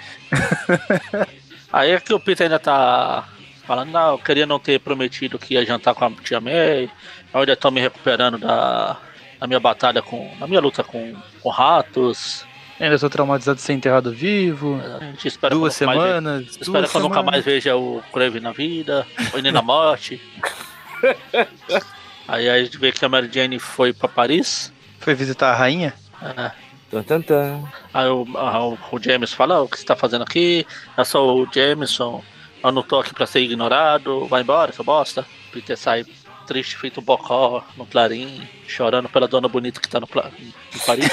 Speaker 2: Aí é que o Peter ainda tá falando, não, eu queria não ter prometido que ia jantar com a tia May, eu ainda tô me recuperando da, da minha batalha com. da minha luta com, com ratos.
Speaker 3: Ainda tô traumatizado de ser enterrado vivo.
Speaker 2: A gente espera
Speaker 3: duas
Speaker 2: que eu nunca mais veja-
Speaker 3: semanas.
Speaker 2: espero que eu
Speaker 3: duas
Speaker 2: nunca
Speaker 3: semanas.
Speaker 2: mais veja o Crave na vida, ou nem na
Speaker 3: [LAUGHS]
Speaker 2: morte. Aí a gente vê que a Mary Jane foi pra Paris.
Speaker 3: Foi visitar a rainha?
Speaker 2: É,
Speaker 4: Tan, tan, tan.
Speaker 2: Aí o, a- o, o James fala, "Ah, o que você tá fazendo aqui? Eu sou o Jameson, eu não tô aqui pra ser ignorado, vai embora, seu bosta. Peter sai triste, feito um bocó no clarim, chorando pela dona bonita que tá no, pla- em Paris.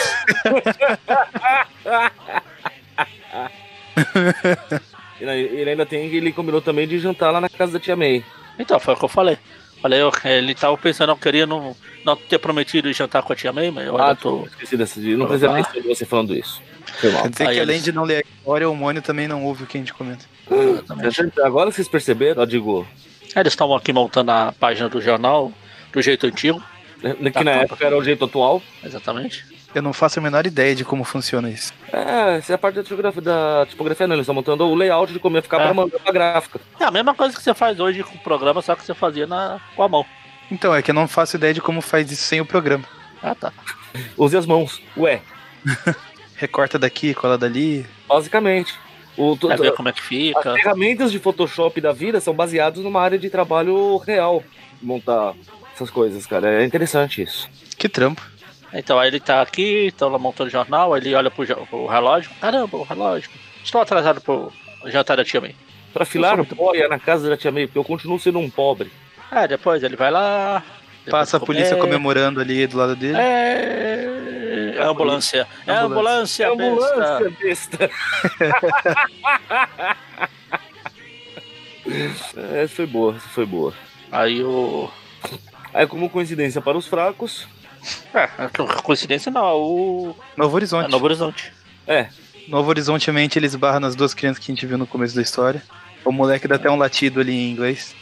Speaker 4: Ele, ele ainda tem, ele combinou também de jantar lá na casa da tia May.
Speaker 2: Então, foi o que eu falei. Falei, eu, ele tava pensando, eu queria não, não ter prometido ir jantar com a tia May, mas eu
Speaker 4: Ah,
Speaker 2: ainda Ah, tô...
Speaker 4: esqueci dessa. Não precisa
Speaker 2: Ah.
Speaker 4: pensar em você falando isso. Foi mal.
Speaker 3: Quer dizer
Speaker 2: Aí
Speaker 3: que além
Speaker 2: eles-
Speaker 3: de não ler a história, o Mônio também não ouve o que a gente comenta.
Speaker 2: Exatamente.
Speaker 4: Agora que vocês perceberam, eu digo,
Speaker 2: Aí Eles estavam aqui montando a página do jornal, do jeito antigo,
Speaker 4: né,
Speaker 2: Tá
Speaker 4: que na época era o jeito atual.
Speaker 2: exatamente.
Speaker 3: Eu não faço a menor ideia de como funciona isso.
Speaker 4: É, essa é a parte da tipografia, da tipografia não, eles estão montando o layout de como ia ficar
Speaker 2: É.
Speaker 4: pra mandar pra gráfica.
Speaker 2: É a mesma coisa que você faz hoje com o programa, só que você fazia na, com a mão.
Speaker 3: Então, é que eu não faço ideia de como faz isso sem o programa.
Speaker 2: Ah, tá.
Speaker 4: Use as mãos. Ué,
Speaker 3: Recorta daqui, cola dali.
Speaker 4: basicamente. O, to-
Speaker 2: Quer ver
Speaker 4: to-
Speaker 2: como é que
Speaker 4: as
Speaker 2: fica?
Speaker 4: ferramentas de Photoshop da vida são baseadas numa área de trabalho real. Montar essas coisas, cara. É interessante isso.
Speaker 3: Que trampo.
Speaker 2: Então, aí ele tá aqui, então lá montando o jornal, aí ele olha pro, jo- pro relógio. Caramba, o relógio. Estou atrasado pro jantar da tia May.
Speaker 4: Pra
Speaker 2: Eu
Speaker 4: filar
Speaker 2: sou muito
Speaker 4: boia é na casa da tia May, porque eu continuo sendo um pobre.
Speaker 2: É, depois ele vai lá. depois
Speaker 3: Passa a
Speaker 2: come-
Speaker 3: polícia
Speaker 2: é,
Speaker 3: comemorando ali do lado dele.
Speaker 2: É, é ambulância. É ambulância,
Speaker 4: É
Speaker 2: ambulância.
Speaker 4: ambulância, besta. [LAUGHS] É, Essa foi boa, essa foi boa.
Speaker 2: Aí o.
Speaker 4: Aí, como coincidência para os fracos,
Speaker 2: É, coincidência não, é o.
Speaker 3: Novo
Speaker 2: É
Speaker 3: Horizonte.
Speaker 2: Novo Horizonte.
Speaker 3: Novo Horizonte, mente, eles barram nas duas crianças que a gente viu no começo da história. O moleque dá até um latido ali em inglês.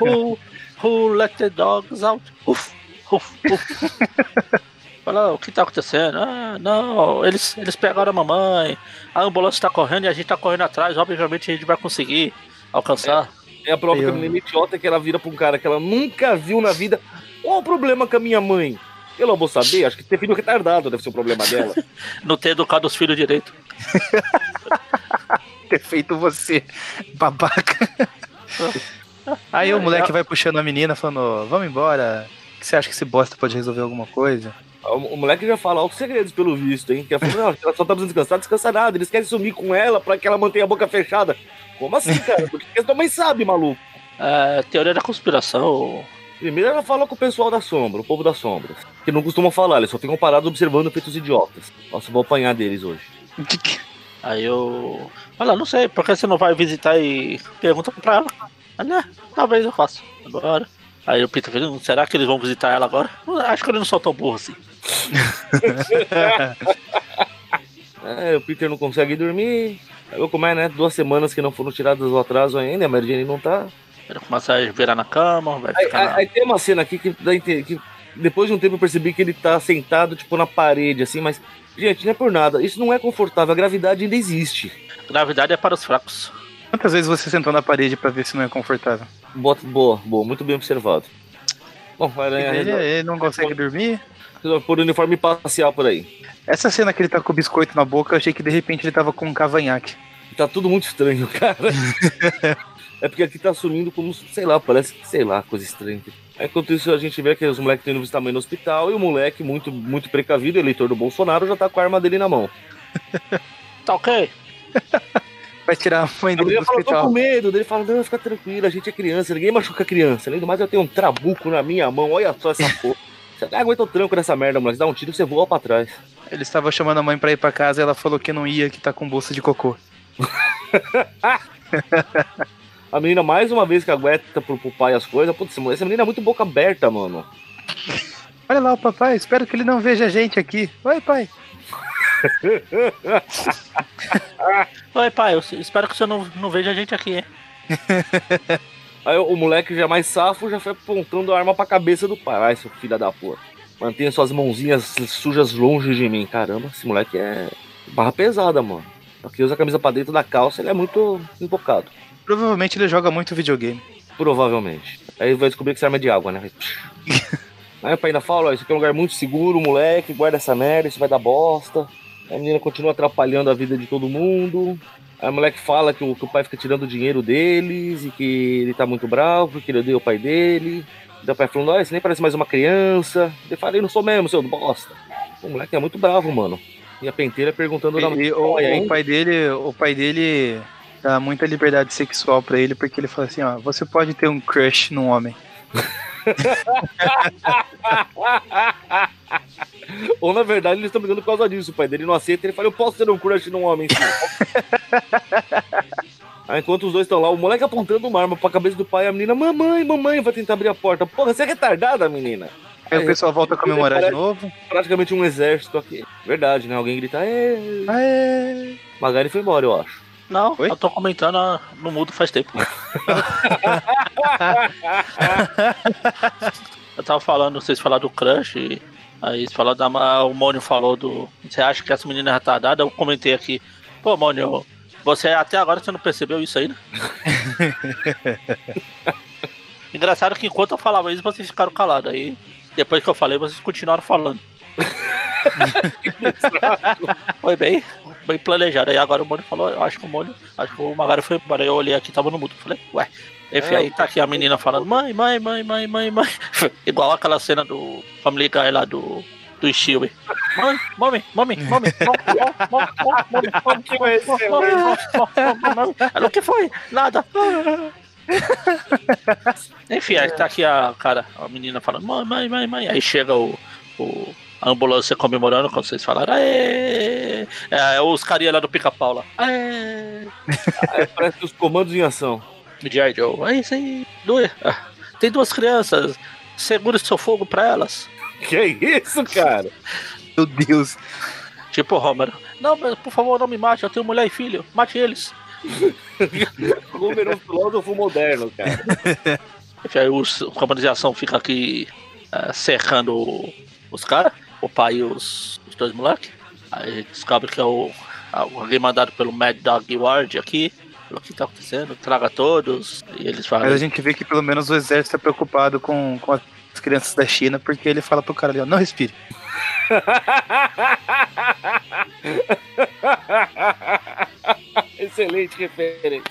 Speaker 2: who, who let the dogs out? Uf, uf, uf. Fala, o que tá acontecendo? Ah, não, eles, eles pegaram a mamãe, a ambulância tá correndo e a gente tá correndo atrás, obviamente a gente vai conseguir alcançar.
Speaker 4: é a prova que a
Speaker 3: Eu-
Speaker 4: menina idiota que ela vira pra um cara que ela nunca viu na vida. Qual o problema com a minha mãe? Eu não vou saber, acho que ter filho retardado deve ser o problema [LAUGHS] dela.
Speaker 2: Não ter educado os filhos direito.
Speaker 3: Ter feito você, babaca. Aí o moleque vai puxando a menina, falando: "Ó, vamos embora. O que você acha que esse bosta pode resolver alguma [LAUGHS] coisa?
Speaker 4: O o moleque já fala altos segredos pelo visto, hein? Que ela fala, não, ela só tá precisando descansar, descansa nada. Eles querem sumir com ela pra que ela mantenha a boca fechada. Como assim, cara? Porque tua mãe sabe, maluco.
Speaker 2: É, teoria da conspiração.
Speaker 4: Primeiro ela fala com o pessoal da sombra, o povo da sombra. Que não costumam falar, eles só ficam parados observando feitos idiotas. Nossa, eu vou apanhar deles hoje.
Speaker 2: Aí eu. Fala, não sei, por que você não vai visitar e pergunta pra ela? Ah, né? Talvez eu faça. Agora. Aí o Peter fala, será que eles vão visitar ela agora? Acho que eles não são tão burros assim.
Speaker 4: É, o Peter não consegue dormir. Sabe como é, né? Duas semanas que não foram tiradas do atraso ainda, a Mary Jane não tá.
Speaker 2: Ele começa a virar na cama, vai
Speaker 4: Aí,
Speaker 2: ficar
Speaker 4: aí-
Speaker 2: na...
Speaker 4: aí tem uma cena aqui que, dá a ente- que depois de um tempo eu percebi que ele tá sentado, tipo, na parede, assim, mas. Gente, não é por nada. Isso não é confortável. A gravidade ainda existe.
Speaker 2: Gravidade é para os fracos.
Speaker 3: Quantas vezes você sentou na parede pra ver se não é confortável?
Speaker 4: Bota, boa, boa, muito bem observado. Bom, a aranha
Speaker 3: É, ele,
Speaker 4: resolve,
Speaker 3: ele não consegue dormir.
Speaker 4: resolve pôr o uniforme parcial por aí.
Speaker 3: Essa cena que ele tá com o biscoito na boca, eu achei que de repente ele tava com um cavanhaque.
Speaker 4: Tá tudo muito estranho, [LAUGHS] cara. é porque aqui tá assumindo como, sei lá, parece que, sei lá, coisa estranha. Aí, Enquanto isso, a gente vê que os moleques estão indo visitar a mãe no hospital e o moleque, muito, muito precavido, eleitor do Bolsonaro, já tá com a arma dele na mão.
Speaker 2: Tá ok?
Speaker 3: Vai tirar a mãe
Speaker 4: A
Speaker 3: dele do
Speaker 4: mulher fala, tô
Speaker 3: hospital.
Speaker 4: com medo. Daí Ele fala, não, fica tranquilo, a gente é criança, ninguém machuca a criança. Além do mais, eu tenho um trabuco na minha mão, olha só essa porra. [LAUGHS] Você até aguenta o tranco dessa merda, moleque. Dá um tiro e você voa pra trás.
Speaker 3: Ele estava chamando a mãe pra ir pra casa e ela falou que não ia, que tá com bolsa de cocô.
Speaker 4: A menina, mais uma vez, que aguenta pro, pro pai as coisas. Putz, essa menina é muito boca aberta, mano.
Speaker 3: Olha lá o papai, espero que ele não veja a gente aqui. Oi, pai.
Speaker 2: Oi, pai, eu s- espero que você não, não veja a gente aqui, hein?
Speaker 4: Aí o moleque já mais safo já foi apontando a arma pra cabeça do pai. Ai, seu filho da porra. Mantenha suas mãozinhas sujas longe de mim. Caramba, esse moleque é barra pesada, mano. Aqui usa a camisa pra dentro da calça, ele é muito empocado.
Speaker 3: Provavelmente ele joga muito videogame.
Speaker 4: Provavelmente. Aí vai descobrir que essa arma é de água, né?
Speaker 3: [LAUGHS]
Speaker 4: Aí, psh. Aí o pai ainda fala, ó, isso aqui é um lugar muito seguro, moleque, guarda essa merda, isso vai dar bosta. Aí a menina continua atrapalhando a vida de todo mundo. Aí o moleque fala que o, que o pai fica tirando o dinheiro deles e que ele tá muito bravo, porque ele odeia o pai dele. Daí o pai falando, olha, você nem parece mais uma criança. Ele fala, eu não sou mesmo, seu bosta. O moleque é muito bravo, mano. E a penteira perguntando na
Speaker 3: E- e o,
Speaker 4: Olha,
Speaker 3: o
Speaker 4: hein?
Speaker 3: pai dele, o pai dele dá muita liberdade sexual pra ele porque ele fala assim, ó, você pode ter um crush num homem.
Speaker 4: [LAUGHS] Ou na verdade eles estão brigando por causa disso. O pai dele não aceita, ele fala: Eu posso ter um crush num homem. sim." Aí, enquanto os dois estão lá, o moleque apontando uma arma pra cabeça do pai, a menina: Mamãe, mamãe, vai tentar abrir a porta. Porra, você é retardada, menina.
Speaker 3: Aí
Speaker 4: É.
Speaker 3: o pessoal volta a comemorar de novo.
Speaker 4: Praticamente um exército aqui. Verdade, né? Alguém grita: É.
Speaker 3: Aê!
Speaker 4: Magari foi embora, eu acho.
Speaker 2: Não,
Speaker 3: Oi?
Speaker 2: eu tô comentando ah, no mudo faz tempo. eu tava falando, vocês falaram do crush, e aí vocês falaram da. ma- O Mônio falou do. Você acha que essa menina é retardada? Eu comentei aqui. Pô, Mônio, você até agora você não percebeu isso aí, né? Engraçado que enquanto eu falava isso, vocês ficaram calados. Aí depois que eu falei, vocês continuaram falando. Foi bem, bem planejado. Aí agora o Mônio falou, eu acho que o Mônio, acho que o Magari foi embora. Aí eu olhei aqui, tava no mudo. Falei, ué. Enfim,
Speaker 4: É,
Speaker 2: aí tá aqui a menina falando, mãe, mãe, mãe, mãe, mãe, mãe. [LAUGHS] Igual aquela cena do Family Guy lá do, do Stewie. Mãe, mami, mami, mami, mami, mami, mami,
Speaker 4: Que vai ser,
Speaker 2: mami, mami, mami. Ela, O que foi? Nada. Enfim, aí tá aqui a cara, a menina falando, mãe, mãe, mãe, mãe. Aí chega o, o- a ambulância comemorando, como vocês falaram, aê! É, os carinha lá do pica-pau lá. Aê!
Speaker 4: Aí parece que os comandos em ação.
Speaker 2: do G.I. Joe. Aí sim, duas. ah, Tem duas crianças. Segure seu fogo pra elas.
Speaker 4: Que é isso, cara?
Speaker 3: Meu Deus.
Speaker 2: Tipo o Homer. Não, mas por favor, não me mate. Eu tenho mulher e filho. Mate eles.
Speaker 4: Número um filósofo moderno, cara.
Speaker 2: Enfim, Aí os, o comando de ação fica aqui ah, cercando o- os caras, o pai e os, os dois moleques. Aí descobre que é o, a- alguém mandado pelo Mad Dog Ward aqui. Falou, O que tá acontecendo? Traga todos. E eles falam.
Speaker 3: Mas a gente vê que pelo menos o exército tá preocupado com, com as crianças da China, porque ele fala pro cara ali, ó, não respire.
Speaker 4: [LAUGHS] Excelente referência.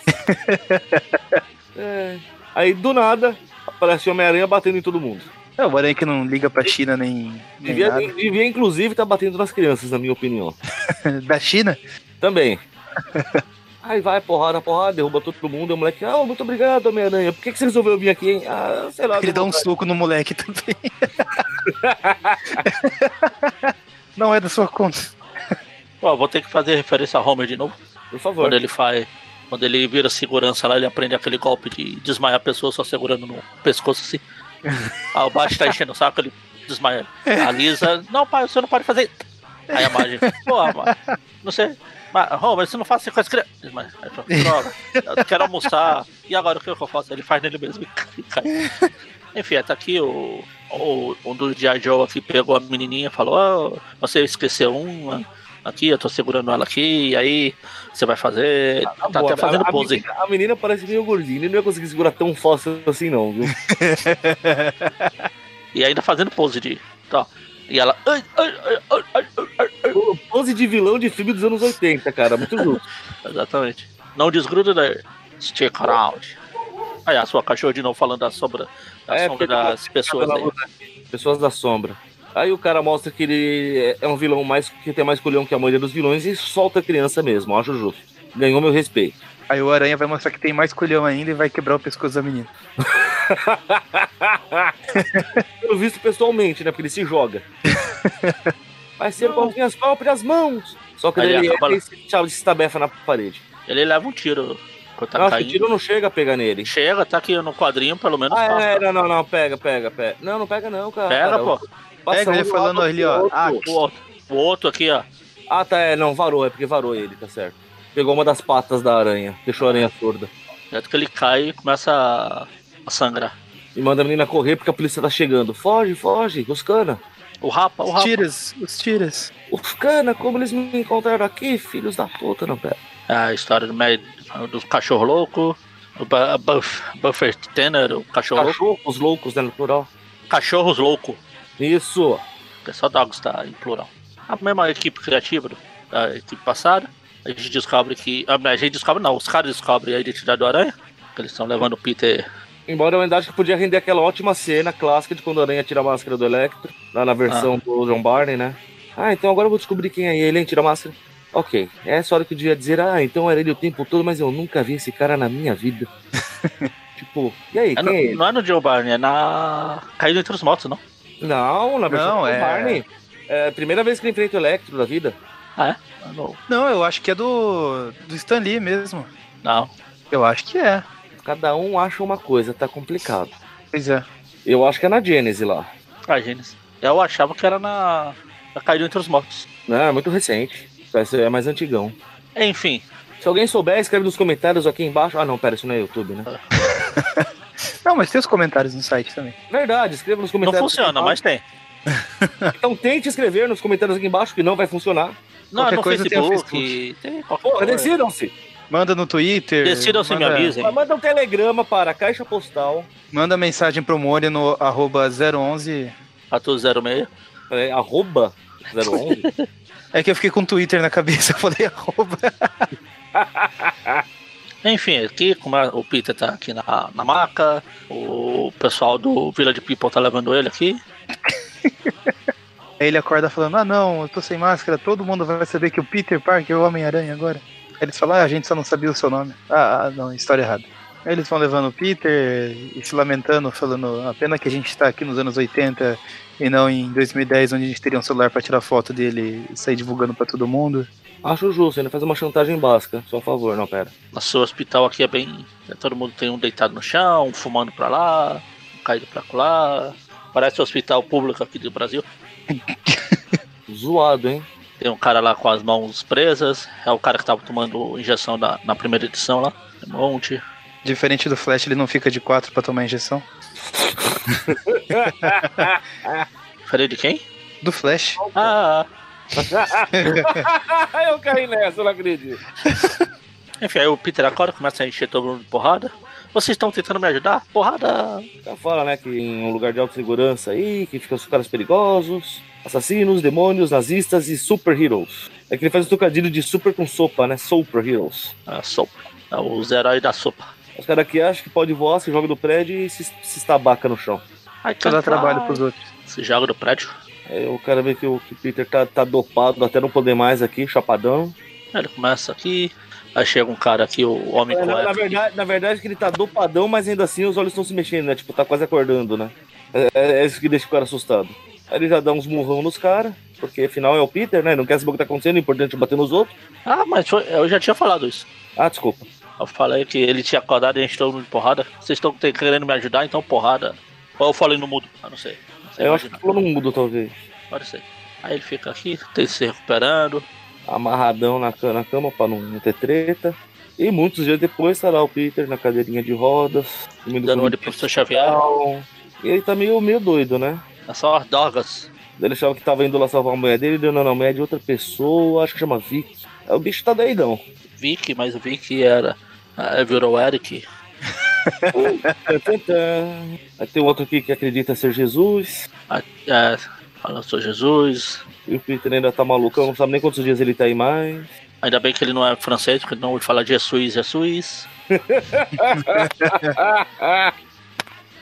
Speaker 4: É. Aí do nada aparece o Homem-Aranha batendo em todo mundo.
Speaker 3: É, o Aranha que não liga pra China nem, nem
Speaker 4: Devia,
Speaker 3: nada.
Speaker 4: devia, inclusive tá batendo nas crianças, na minha opinião.
Speaker 3: [LAUGHS] Da China?
Speaker 4: Também. Aí vai, porrada, porrada, derruba todo mundo. E o moleque, ah, muito obrigado, Homem-Aranha. Por que, que você resolveu vir aqui, hein? Ah, sei lá.
Speaker 3: Ele dá um
Speaker 4: vontade."
Speaker 3: soco no moleque também. [LAUGHS] não é da sua conta.
Speaker 2: Ó, vou ter que fazer referência a Homer de novo.
Speaker 4: Por favor.
Speaker 2: Quando ele faz. Quando ele vira segurança lá, ele aprende aquele golpe de desmaiar a pessoa só segurando no pescoço assim. Aí o baixo tá enchendo o saco, ele desmaia. A Lisa, não, pai, você não pode fazer. Aí a Marge, pô, mano, não sei. Mas, Rô, mas você não faz assim com as crianças. Mas, aí fala, droga, eu quero almoçar. E agora o que eu faço? Ele faz nele mesmo [LAUGHS] e cai. Enfim, tá aqui o, o, um dos G.I. Joe aqui pegou a menininha e falou: "Ah, você esqueceu uma aqui, eu tô segurando ela aqui, e aí você vai fazer.
Speaker 4: Tá
Speaker 2: tá
Speaker 4: bom,
Speaker 2: até fazendo
Speaker 4: a, a
Speaker 2: pose.
Speaker 4: menina, a menina parece meio gordinha, ele não ia conseguir segurar tão fácil assim, não, viu?
Speaker 2: E ainda fazendo pose de. tá, Ó, e ela. "Ai, ai, ai, ai, ai, ai, ai".
Speaker 4: O Pose de vilão de filme dos anos 80, cara, muito justo. [LAUGHS]
Speaker 2: Exatamente. Não desgruda daí. Stick around. Aí a sua cachorra de novo falando da sombra, da
Speaker 4: É,
Speaker 2: sombra
Speaker 4: porque tá
Speaker 2: das pessoas
Speaker 4: Cada
Speaker 2: aí.
Speaker 4: luta aqui, Pessoas da sombra. Aí o cara mostra que ele é- é um vilão mais que tem mais colhão que a maioria dos vilões e solta a criança mesmo, acho justo. Ganhou meu respeito.
Speaker 3: Aí o Aranha vai mostrar que tem mais colhão ainda e vai quebrar o pescoço da menina.
Speaker 4: Pelo visto pessoalmente, né? Porque ele se
Speaker 2: [LAUGHS]
Speaker 4: joga. Vai ser com as minhas próprias mãos. Só que
Speaker 2: Aí
Speaker 4: daí ele
Speaker 2: acaba-
Speaker 4: entra e se tchau, se estabefa na parede.
Speaker 2: Ele leva um tiro quando
Speaker 4: Eu
Speaker 2: tá
Speaker 4: acho que o
Speaker 2: caindo.
Speaker 4: tiro não chega a pegar nele.
Speaker 2: Chega, tá aqui no quadrinho, pelo menos.
Speaker 4: Ah,
Speaker 2: passa.
Speaker 4: é, não, não, não, pega, pega, pega. Não, não pega não, cara.
Speaker 2: Pega, pô.
Speaker 4: Passa
Speaker 3: Pega ele
Speaker 4: um
Speaker 3: falando
Speaker 4: lado
Speaker 3: ali,
Speaker 4: pro
Speaker 3: ó,
Speaker 4: outro.
Speaker 3: ah,
Speaker 2: O outro, o outro aqui, ó.
Speaker 4: Ah, tá, é, não, varou, é porque varou ele, tá certo. Pegou uma das patas da aranha, deixou a aranha surda.
Speaker 2: Tanto que ele cai e começa a- a sangrar.
Speaker 4: E manda a menina correr porque a polícia tá chegando. Foge, foge, os cana.
Speaker 2: O rapa, o
Speaker 3: Os
Speaker 2: rapa.
Speaker 3: tiras, os tiras.
Speaker 4: Os cana, como eles me encontraram aqui, filhos da puta, não pega.
Speaker 2: É A história do, méd- do cachorro louco, o Bu- Buff- Buffer Tanner, o cachorro louco.
Speaker 4: Cachorros loucos, né, no plural.
Speaker 2: Cachorros louco.
Speaker 4: Isso.
Speaker 2: É só Dogs tá em plural. A mesma equipe criativa do- da equipe passada. A gente descobre que. ah, A gente descobre, não, os caras descobrem a identidade do Aranha. Que eles estão levando o Peter.
Speaker 4: Embora é uma idade que podia render aquela ótima cena clássica de quando a aranha tira a máscara do Electro, lá na versão do John Barney, né? Ah, então agora eu vou descobrir quem é ele, hein? Tira a máscara. Ok, é essa hora que eu devia dizer, ah, então era ele o tempo todo, mas eu nunca vi esse cara na minha vida. tipo, e aí,
Speaker 2: É
Speaker 4: quem
Speaker 2: no-
Speaker 4: é ele?
Speaker 2: não é no Joe Barney, é na. Caído entre os motos, não.
Speaker 4: Não, na versão
Speaker 3: Não,
Speaker 4: do
Speaker 3: é-
Speaker 4: Barney. É a primeira vez que ele enfrenta o Electro da vida.
Speaker 2: É no-
Speaker 3: Não, eu acho que é do, do Stan Lee mesmo.
Speaker 2: Não.
Speaker 3: Eu acho que é.
Speaker 4: Cada um acha uma coisa, tá complicado.
Speaker 3: Pois é.
Speaker 4: Eu acho que é na Genesis lá.
Speaker 2: A Gênesis. Eu achava que era na. na Caído entre os motos.
Speaker 4: Não, é muito recente. Esse é mais antigão.
Speaker 2: Enfim,
Speaker 4: Se alguém souber, escreve nos comentários aqui embaixo. Ah, não, pera, isso não é YouTube, né?
Speaker 3: Não, mas tem os comentários no site também.
Speaker 4: Verdade, escreva nos
Speaker 3: é
Speaker 2: não
Speaker 4: comentários. aqui
Speaker 2: funciona, mas
Speaker 4: embaixo.
Speaker 2: tem.
Speaker 4: Então tente escrever nos comentários aqui embaixo que não vai funcionar.
Speaker 2: Não,
Speaker 3: Qualquer
Speaker 2: no
Speaker 3: coisa tem um o
Speaker 2: Facebook, tem, qualquer
Speaker 4: Porra,
Speaker 2: coisa.
Speaker 4: decidam-se.
Speaker 3: Manda no Twitter.
Speaker 2: Decidam-se, me
Speaker 3: manda-
Speaker 2: avisem.
Speaker 4: Manda um telegrama para a Caixa Postal,
Speaker 3: Manda mensagem pro Mori no arroba 011.
Speaker 2: 1406.
Speaker 4: é, arroba
Speaker 2: [LAUGHS]
Speaker 4: 011.
Speaker 3: É que eu fiquei com o Twitter na cabeça, [LAUGHS] eu falei arroba.
Speaker 2: Enfim, aqui como é- o Peter tá aqui na, na maca, o pessoal do Village People tá levando ele aqui.
Speaker 3: Aí ele acorda falando, ah não, eu tô sem máscara, todo mundo vai saber que o Peter Parker é o Homem-Aranha agora. Aí eles falam, ah, a gente só não sabia o seu nome. Ah, ah, não, história errada. Aí eles vão levando o Peter e se lamentando, falando, a pena que a gente tá aqui nos anos 80 e não em 2010, onde a gente teria um celular pra tirar foto dele e sair divulgando pra todo mundo.
Speaker 4: Acho justo, ainda faz uma chantagem básica. Só a favor, não, pera.
Speaker 2: Nosso hospital aqui é bem. é, Todo mundo tem um deitado no chão, um fumando pra lá, um caído pra lá. Parece o hospital público aqui do Brasil.
Speaker 4: Zoado, hein?
Speaker 2: Tem um cara lá com as mãos presas. É o cara que tava tomando injeção na, na primeira edição lá. Tem Um monte.
Speaker 3: Diferente do Flash, ele não fica de quatro pra tomar injeção.
Speaker 2: Falei de quem?
Speaker 3: Do Flash,
Speaker 2: Ah,
Speaker 4: [LAUGHS] eu caí nessa, eu não acredito.
Speaker 2: enfim, aí o Peter acorda, começa a encher todo mundo de porrada. Vocês estão tentando me ajudar? Porrada!
Speaker 4: Já fala, né, que em um lugar de alta segurança aí, que fica os caras perigosos, assassinos, demônios, nazistas e super-heroes. É que ele faz um trocadilho de super com sopa, né? Super-heroes.
Speaker 2: A sopa. É os heróis da sopa.
Speaker 4: Os caras que acham que pode voar, se joga do prédio e se, se estabaca no chão.
Speaker 2: Ai,
Speaker 3: só dá trabalho pros outros.
Speaker 2: Se joga do prédio.
Speaker 4: Aí o cara vê que o que o Peter tá, tá dopado até não poder mais aqui, chapadão.
Speaker 2: Aí Ele começa aqui. Aí chega um cara aqui, o homem
Speaker 4: É,
Speaker 2: com
Speaker 4: na, na
Speaker 2: F.
Speaker 4: verdade, na verdade é que ele tá dopadão, mas ainda assim os olhos estão se mexendo, né? Tipo, tá quase acordando, né? É, é- é isso que deixa o cara assustado. Aí ele já dá uns murrão nos caras, porque afinal é o Peter, né? Não quer saber o que tá acontecendo, o importante é bater nos outros.
Speaker 2: Ah, mas foi- eu já tinha falado isso.
Speaker 4: Ah, desculpa.
Speaker 2: Eu falei que ele tinha acordado e a gente todo mundo de porrada. Vocês estão te- querendo me ajudar, então porrada. Ou eu falei no mudo. Ah, não sei. Não sei
Speaker 4: É, Eu acho que
Speaker 2: imaginar.
Speaker 4: falou no mudo, talvez.
Speaker 2: Pode ser. Aí ele fica aqui, tem se recuperando.
Speaker 4: amarradão na, ca- na cama para não, não ter treta. E muitos dias depois estará o Peter na cadeirinha de rodas, comendo
Speaker 2: Dando olho
Speaker 4: comida
Speaker 2: pro professor Xavier.
Speaker 4: tal. E ele tá meio, meio doido, né?
Speaker 2: É só Dogas.
Speaker 4: Ele achava que tava indo lá salvar a mulher dele, deu não, não, a mulher é de outra pessoa, acho que chama Vic. Aí O bicho tá doidão.
Speaker 2: Vic, mas o Vic era. ah, Virou Eric.
Speaker 4: Tan, tan, tan. Aí tem um outro aqui que acredita ser Jesus.
Speaker 2: É, fala, sou Jesus.
Speaker 4: E o Peter ainda tá malucão, não sabe nem quantos dias ele tá aí mais.
Speaker 2: Ainda bem que ele não é francês, porque não ele fala Jesus, Jesus.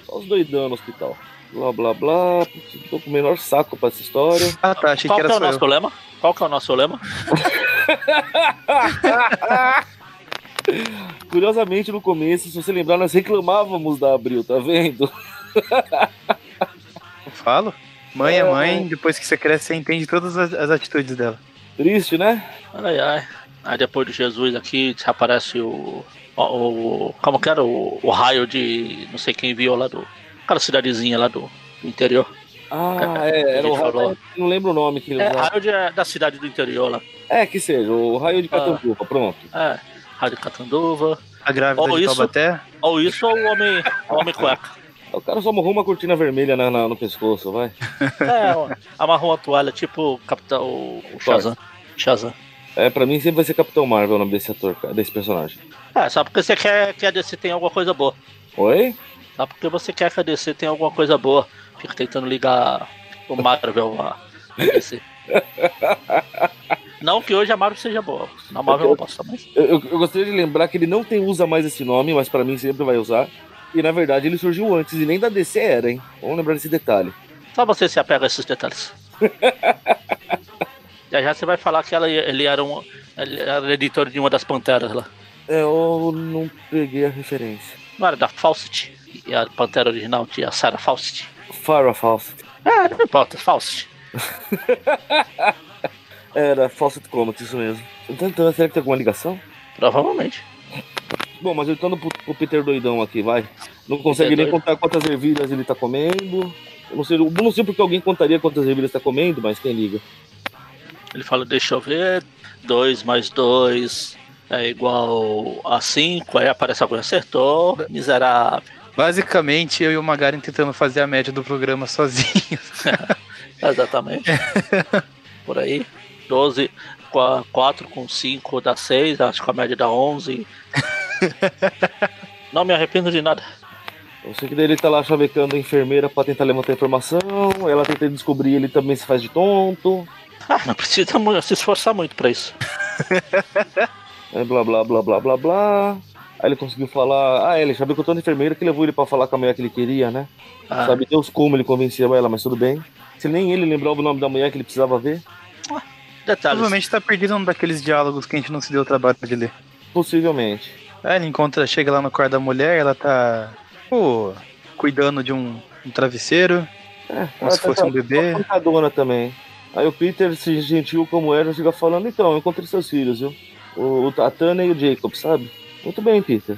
Speaker 4: Só os doidão no hospital. Blá blá blá. Tô com o menor saco pra essa história.
Speaker 3: Ah tá, achei
Speaker 2: Qual
Speaker 3: que
Speaker 2: que
Speaker 3: era
Speaker 2: é o
Speaker 3: só eu.
Speaker 2: nosso lema? Qual que é o nosso lema?
Speaker 4: Curiosamente, no começo, se você lembrar, nós reclamávamos da Abril, tá vendo?
Speaker 3: Eu falo? Mãe é
Speaker 4: É.
Speaker 3: mãe, depois que você cresce, você entende todas as, as atitudes dela.
Speaker 4: Triste, né?
Speaker 2: Ai, ai. Aí depois de Jesus aqui aparece o. o, o- como que era? O, o raio de. não sei quem viu lá do. Aquela cidadezinha lá do, do interior.
Speaker 4: Ah, é, era o raio. Não lembro o nome que ele
Speaker 2: É,
Speaker 4: usava.
Speaker 2: raio de- da cidade do interior lá.
Speaker 4: É, que seja, o raio de
Speaker 2: Ah.
Speaker 4: Catanduva, pronto.
Speaker 2: É, raio de Catanduva.
Speaker 3: A grávida
Speaker 2: Ou
Speaker 3: de
Speaker 2: isso-
Speaker 3: Taubaté.
Speaker 2: Ou isso ou o homem, o homem cueca.
Speaker 4: O cara só morreu uma cortina vermelha na- na- no pescoço, vai.
Speaker 2: É, ó, amarrou uma toalha, tipo o capitão. O Shazam. Shazam.
Speaker 4: É, pra mim sempre vai ser Capitão Marvel o nome desse ator, cara, desse personagem.
Speaker 2: É, só porque você quer que a DC tenha alguma coisa boa.
Speaker 4: Oi?
Speaker 2: Só porque você quer que a DC tenha alguma coisa boa. Fica tentando ligar o Marvel a a [LAUGHS] DC. Não que hoje a Marvel seja boa. Na Marvel é uma bosta, mas.
Speaker 4: Eu, eu- eu gostaria de lembrar que ele não tem, usa mais esse nome, mas pra mim sempre vai usar. E na verdade ele surgiu antes e nem da DC era, hein? Vamos lembrar desse detalhe.
Speaker 2: Só você se apega a esses [LAUGHS] detalhes. já já você vai falar que ela, ele era um. Ele era editor de uma das panteras lá.
Speaker 4: É, eu não peguei a referência.
Speaker 2: Não era da Fawcett? E a pantera original tinha Sarah Fawcett?
Speaker 4: Farrah Fawcett.
Speaker 2: É, não importa, Fawcett.
Speaker 4: Era Fawcett Comics, isso mesmo. Tentando, será que tem alguma ligação?
Speaker 2: Provavelmente.
Speaker 4: Bom, mas eu tô pro, pro Peter doidão aqui, vai. Não consegue
Speaker 2: Peter
Speaker 4: nem
Speaker 2: doido.
Speaker 4: contar quantas ervilhas ele tá comendo. Eu não sei, eu não sei porque alguém contaria quantas ervilhas tá comendo, mas quem liga?
Speaker 2: Ele fala, deixa eu ver, 2 mais 2 é igual a 5, aí aparece alguém acertou, miserável.
Speaker 3: Basicamente, eu e o Magaren tentando fazer a média do programa sozinhos.
Speaker 2: Exatamente. Por aí, 12, 4 com 5 dá 6, acho que a média dá 11. Não me arrependo de nada.
Speaker 4: Eu sei que daí ele tá lá chavecando a enfermeira pra tentar levantar informação, ela tenta descobrir, ele também se faz de tonto,
Speaker 2: Ah, não precisa mu- se esforçar muito pra isso.
Speaker 4: é, blá blá blá blá blá blá. Aí ele conseguiu falar. Ah, é, ele chavecotou a enfermeira que levou ele pra falar com a mulher que ele queria, né?
Speaker 2: Ah,
Speaker 4: Sabe Deus como ele convencia ela, mas tudo bem. Se nem ele lembrava o nome da mulher que ele precisava ver,
Speaker 2: detalhes.
Speaker 3: Provavelmente tá perdido um daqueles diálogos que a gente não se deu o trabalho de ler.
Speaker 4: possivelmente.
Speaker 3: Aí ele encontra, chega lá no quarto da mulher, ela tá pô, cuidando de um, um travesseiro,
Speaker 4: É,
Speaker 3: como se
Speaker 4: ela
Speaker 3: fosse um bebê.
Speaker 4: pancadona também. Aí o Peter, se gentil como era, fica falando, então, eu encontrei seus filhos, viu? O, o- a Tana e o Jacob, sabe? Muito bem, Peter.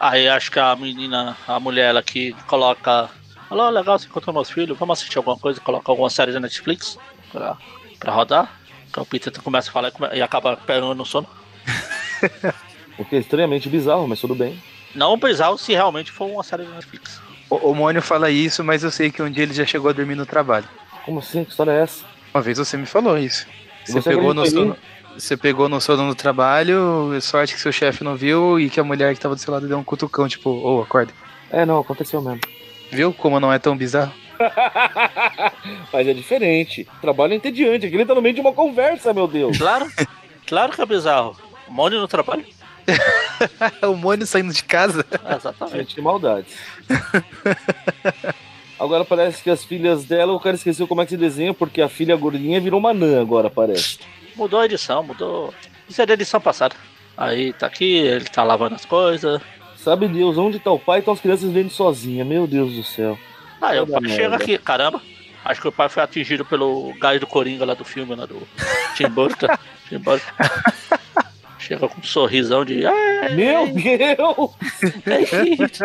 Speaker 2: Aí acho que a menina, a mulher ela que coloca. Falou, legal, você encontrou meus filhos, vamos assistir alguma coisa, coloca alguma série da Netflix pra, pra rodar. Então o Peter começa a falar e come- e acaba pegando no sono.
Speaker 4: O que é extremamente bizarro, mas tudo bem.
Speaker 2: Não é bizarro se realmente for uma série da Netflix.
Speaker 3: O, o Mônio fala isso, mas eu sei que um dia ele já chegou a dormir no trabalho.
Speaker 4: Como assim? Que história é essa?
Speaker 3: Uma vez você me falou isso. Você,
Speaker 4: Você tá
Speaker 3: pegou no
Speaker 4: acreditou em
Speaker 3: sono. Você pegou no sono no trabalho, sorte que seu chefe não viu e que a mulher que tava do seu lado deu um cutucão, tipo, ô, acorda.
Speaker 4: É, não, aconteceu mesmo. [LAUGHS]
Speaker 3: Viu como não é tão bizarro?
Speaker 4: Mas é diferente. Trabalho é entediante. Aqui ele tá no meio de uma conversa, meu
Speaker 3: [LAUGHS]
Speaker 4: Deus.
Speaker 2: Claro, claro que é bizarro. Mônio no trabalho?
Speaker 3: [LAUGHS] o Mônio saindo de casa.
Speaker 2: Exatamente.
Speaker 4: Gente, que maldade. Agora parece que as filhas dela, o cara esqueceu como é que se desenha, porque a filha gordinha virou uma nã agora, parece.
Speaker 2: Mudou a edição, mudou. Isso é da edição passada. Aí tá aqui, ele tá lavando as coisas.
Speaker 4: Sabe Deus, onde tá o pai? Estão as crianças vendo sozinha, meu Deus do céu.
Speaker 2: Aí o
Speaker 4: Toda
Speaker 2: pai chega
Speaker 4: merda.
Speaker 2: aqui, caramba. Acho que o pai foi atingido pelo gás do Coringa lá do filme, lá do Tim Burton. Tim Burton. Chega com um sorrisão de. "Ah,
Speaker 4: Meu Deus!
Speaker 2: é isso.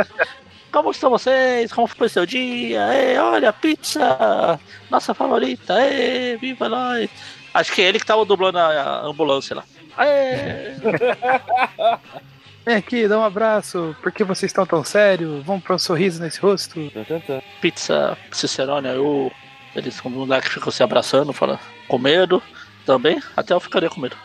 Speaker 2: Como estão vocês? Como foi seu dia? É, olha, pizza! Nossa favorita! É, viva nós! Acho que é ele que tava dublando a a ambulância lá. É, Aê!
Speaker 3: Vem aqui, dá um abraço. Por que vocês estão tão sérios? Vamos pôr um sorriso nesse rosto.
Speaker 4: Tan, tan, tan.
Speaker 2: Pizza Cicerone, aí o- eles como lá que ficam se abraçando, fala, com medo também, até eu ficaria com medo.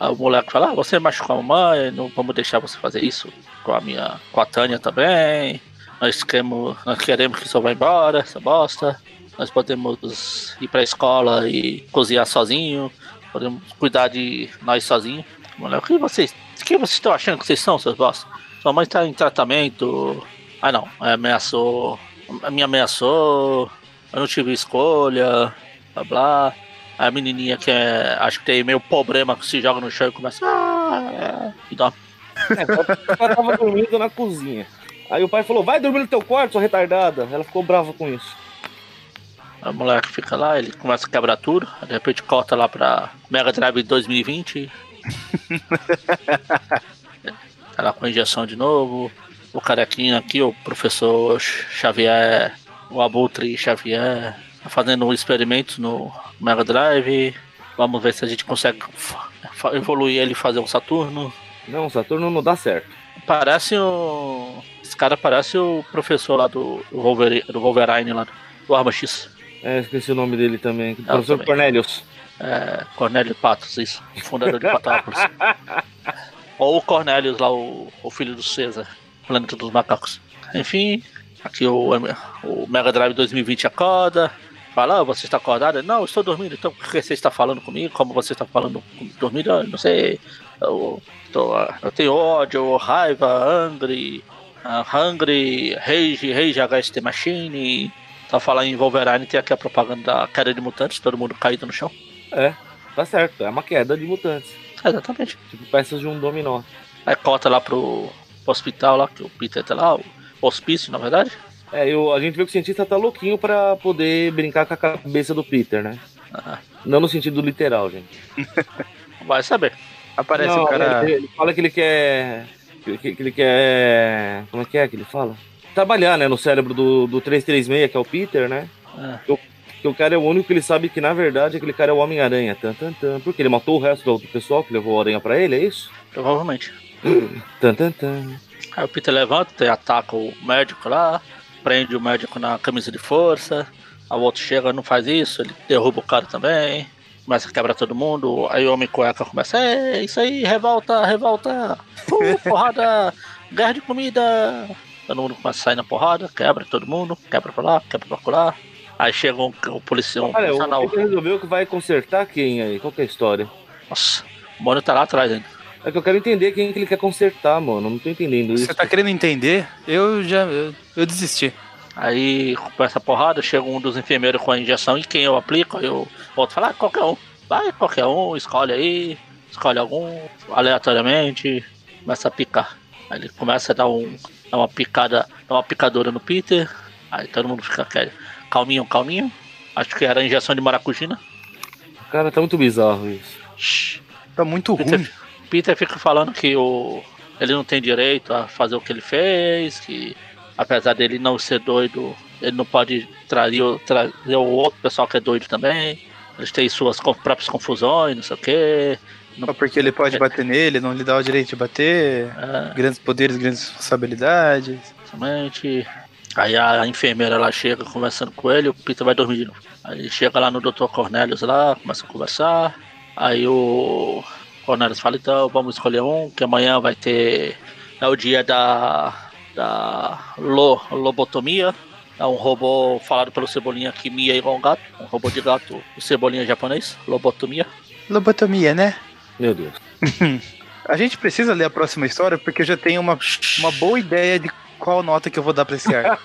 Speaker 2: Aí o moleque fala, ah, você machucou a mamãe, não vamos deixar você fazer isso com a minha. com a Tânia também. Nós queremos, nós queremos que você vá embora, essa bosta. Nós podemos ir pra escola e cozinhar sozinho. Podemos cuidar de nós sozinhos. O moleque, o que vocês. O que vocês estão achando que vocês são, seus bosta? Sua mãe tá em tratamento. Ah não, ameaçou. Me ameaçou. Eu não tive escolha. Blá blá. A menininha que é, acho que tem meio problema que se joga no chão e começa. "Ah", e dá uma
Speaker 4: Ela É, tava dormindo na cozinha. Aí o pai falou: vai dormir no teu quarto, sua retardada. Ela ficou brava com isso.
Speaker 2: A mulher que fica lá, ele começa a quebrar tudo, aí de repente corta lá pra Mega Drive 2020. tá lá com a injeção de novo. O carequinho aqui, o professor Ch- Xavier, o Abutre Xavier, tá fazendo um experimento no Mega Drive. Vamos ver se a gente consegue fa- fa- evoluir ele e fazer um Saturno.
Speaker 4: Não, Saturno não dá certo.
Speaker 2: Parece um. Esse cara parece o professor lá do Wolverine, do Wolverine lá, do Arma X.
Speaker 4: É, esqueci o nome dele também.
Speaker 2: Ah,
Speaker 4: Professor
Speaker 2: também.
Speaker 4: Cornelius.
Speaker 2: É, Cornélio Patos, isso. Fundador de Patápolis. Ou o Cornélio lá, o, o filho do César, Planeta dos Macacos. Enfim, aqui o, o Mega Drive 2020 acorda. Fala, "Ah, você está acordado? Não, eu estou dormindo. Então por que você está falando comigo? Como você está falando com- dormindo? "Ah, não sei. Eu, tô, ah, eu tenho ódio, raiva, hungry, ah, hungry, rage, rage HST Machine. Tá falando em Wolverine, tem aqui a propaganda da queda de mutantes, todo mundo caído no chão.
Speaker 4: É, tá certo. É uma queda de mutantes.
Speaker 2: É, Exatamente.
Speaker 4: Tipo peças de um dominó.
Speaker 2: Aí corta lá pro, pro hospital lá, que o Peter tá lá, o hospício, na verdade.
Speaker 4: É, eu, a gente vê que o cientista tá louquinho pra poder brincar com a cabeça do Peter, né?
Speaker 2: Ah,
Speaker 4: Não no sentido literal, gente.
Speaker 2: vai saber.
Speaker 3: Aparece
Speaker 4: Não,
Speaker 3: o cara.
Speaker 4: Ele, ele fala que ele quer. Que, ele- que ele quer. Como é que é que ele fala? Trabalhar, né? No cérebro do, do 336, que é o Peter, né?
Speaker 2: Ah,
Speaker 4: Que o cara é o único que ele sabe que, na verdade, aquele cara é o Homem-Aranha. Tan, tan, tan. Porque ele matou o resto do outro pessoal que levou a aranha pra ele, é isso?
Speaker 2: provavelmente.
Speaker 4: Tan, tan, tan.
Speaker 2: Aí o Peter levanta e ataca o médico lá, prende o médico na camisa de força. Aí o outro chega, não faz isso, ele derruba o cara também. Começa a quebrar todo mundo. Aí o homem cueca começa, é isso aí, revolta, revolta. Uh, porrada, [LAUGHS] guerra de comida. Todo mundo começa a sair na porrada, quebra todo mundo, quebra pra lá, quebra pra lá. Aí chega um, o policial.
Speaker 4: Olha,
Speaker 2: policial não.
Speaker 4: o Peter resolveu que vai consertar quem aí? Qual que é a história?
Speaker 2: Nossa, o Mônio tá lá atrás ainda.
Speaker 4: É que eu quero entender quem que ele quer consertar, mano. Não tô entendendo isso.
Speaker 3: Você tá querendo entender? Eu já. Eu, eu desisti.
Speaker 2: Aí começa a porrada, chega um dos enfermeiros com a injeção e quem eu aplico, aí eu volto a falar, qualquer um. Vai, qualquer um, escolhe aí, escolhe algum, aleatoriamente, começa a picar. Aí ele começa a dar, um, dar uma picada, dar uma picadora no Peter, aí todo mundo fica quieto. Calminho, calminho. Acho que era a injeção de maracujina.
Speaker 4: Cara, tá muito bizarro isso.
Speaker 2: Shhh.
Speaker 3: Tá [LAUGHS] muito
Speaker 2: Peter,
Speaker 3: ruim.
Speaker 2: Peter fica falando que o, ele não tem direito a fazer o que ele fez, que apesar dele não ser doido, ele não pode trazer, o- trazer o outro pessoal que é doido também. Eles têm suas co- próprias confusões, não sei o quê.
Speaker 3: Só porque ele pode bater nele, não lhe dá o direito de bater.
Speaker 2: É,
Speaker 3: Grandes poderes, grandes responsabilidades.
Speaker 2: somente. Aí a enfermeira lá chega conversando com ele, o Peter vai dormir de novo. Aí ele chega lá no Dr. Cornelius lá, começa a conversar. Aí o Cornelius fala, então vamos escolher um, que amanhã vai ter. É o dia da. da lo- lobotomia. É um robô falado pelo Cebolinha que mia igual um gato. Um robô de gato, o Cebolinha japonês, lobotomia.
Speaker 3: Lobotomia, né?
Speaker 4: Meu Deus.
Speaker 3: A gente precisa ler a próxima história porque eu já tenho uma, uma boa ideia de qual nota que eu vou dar pra esse [LAUGHS] arco.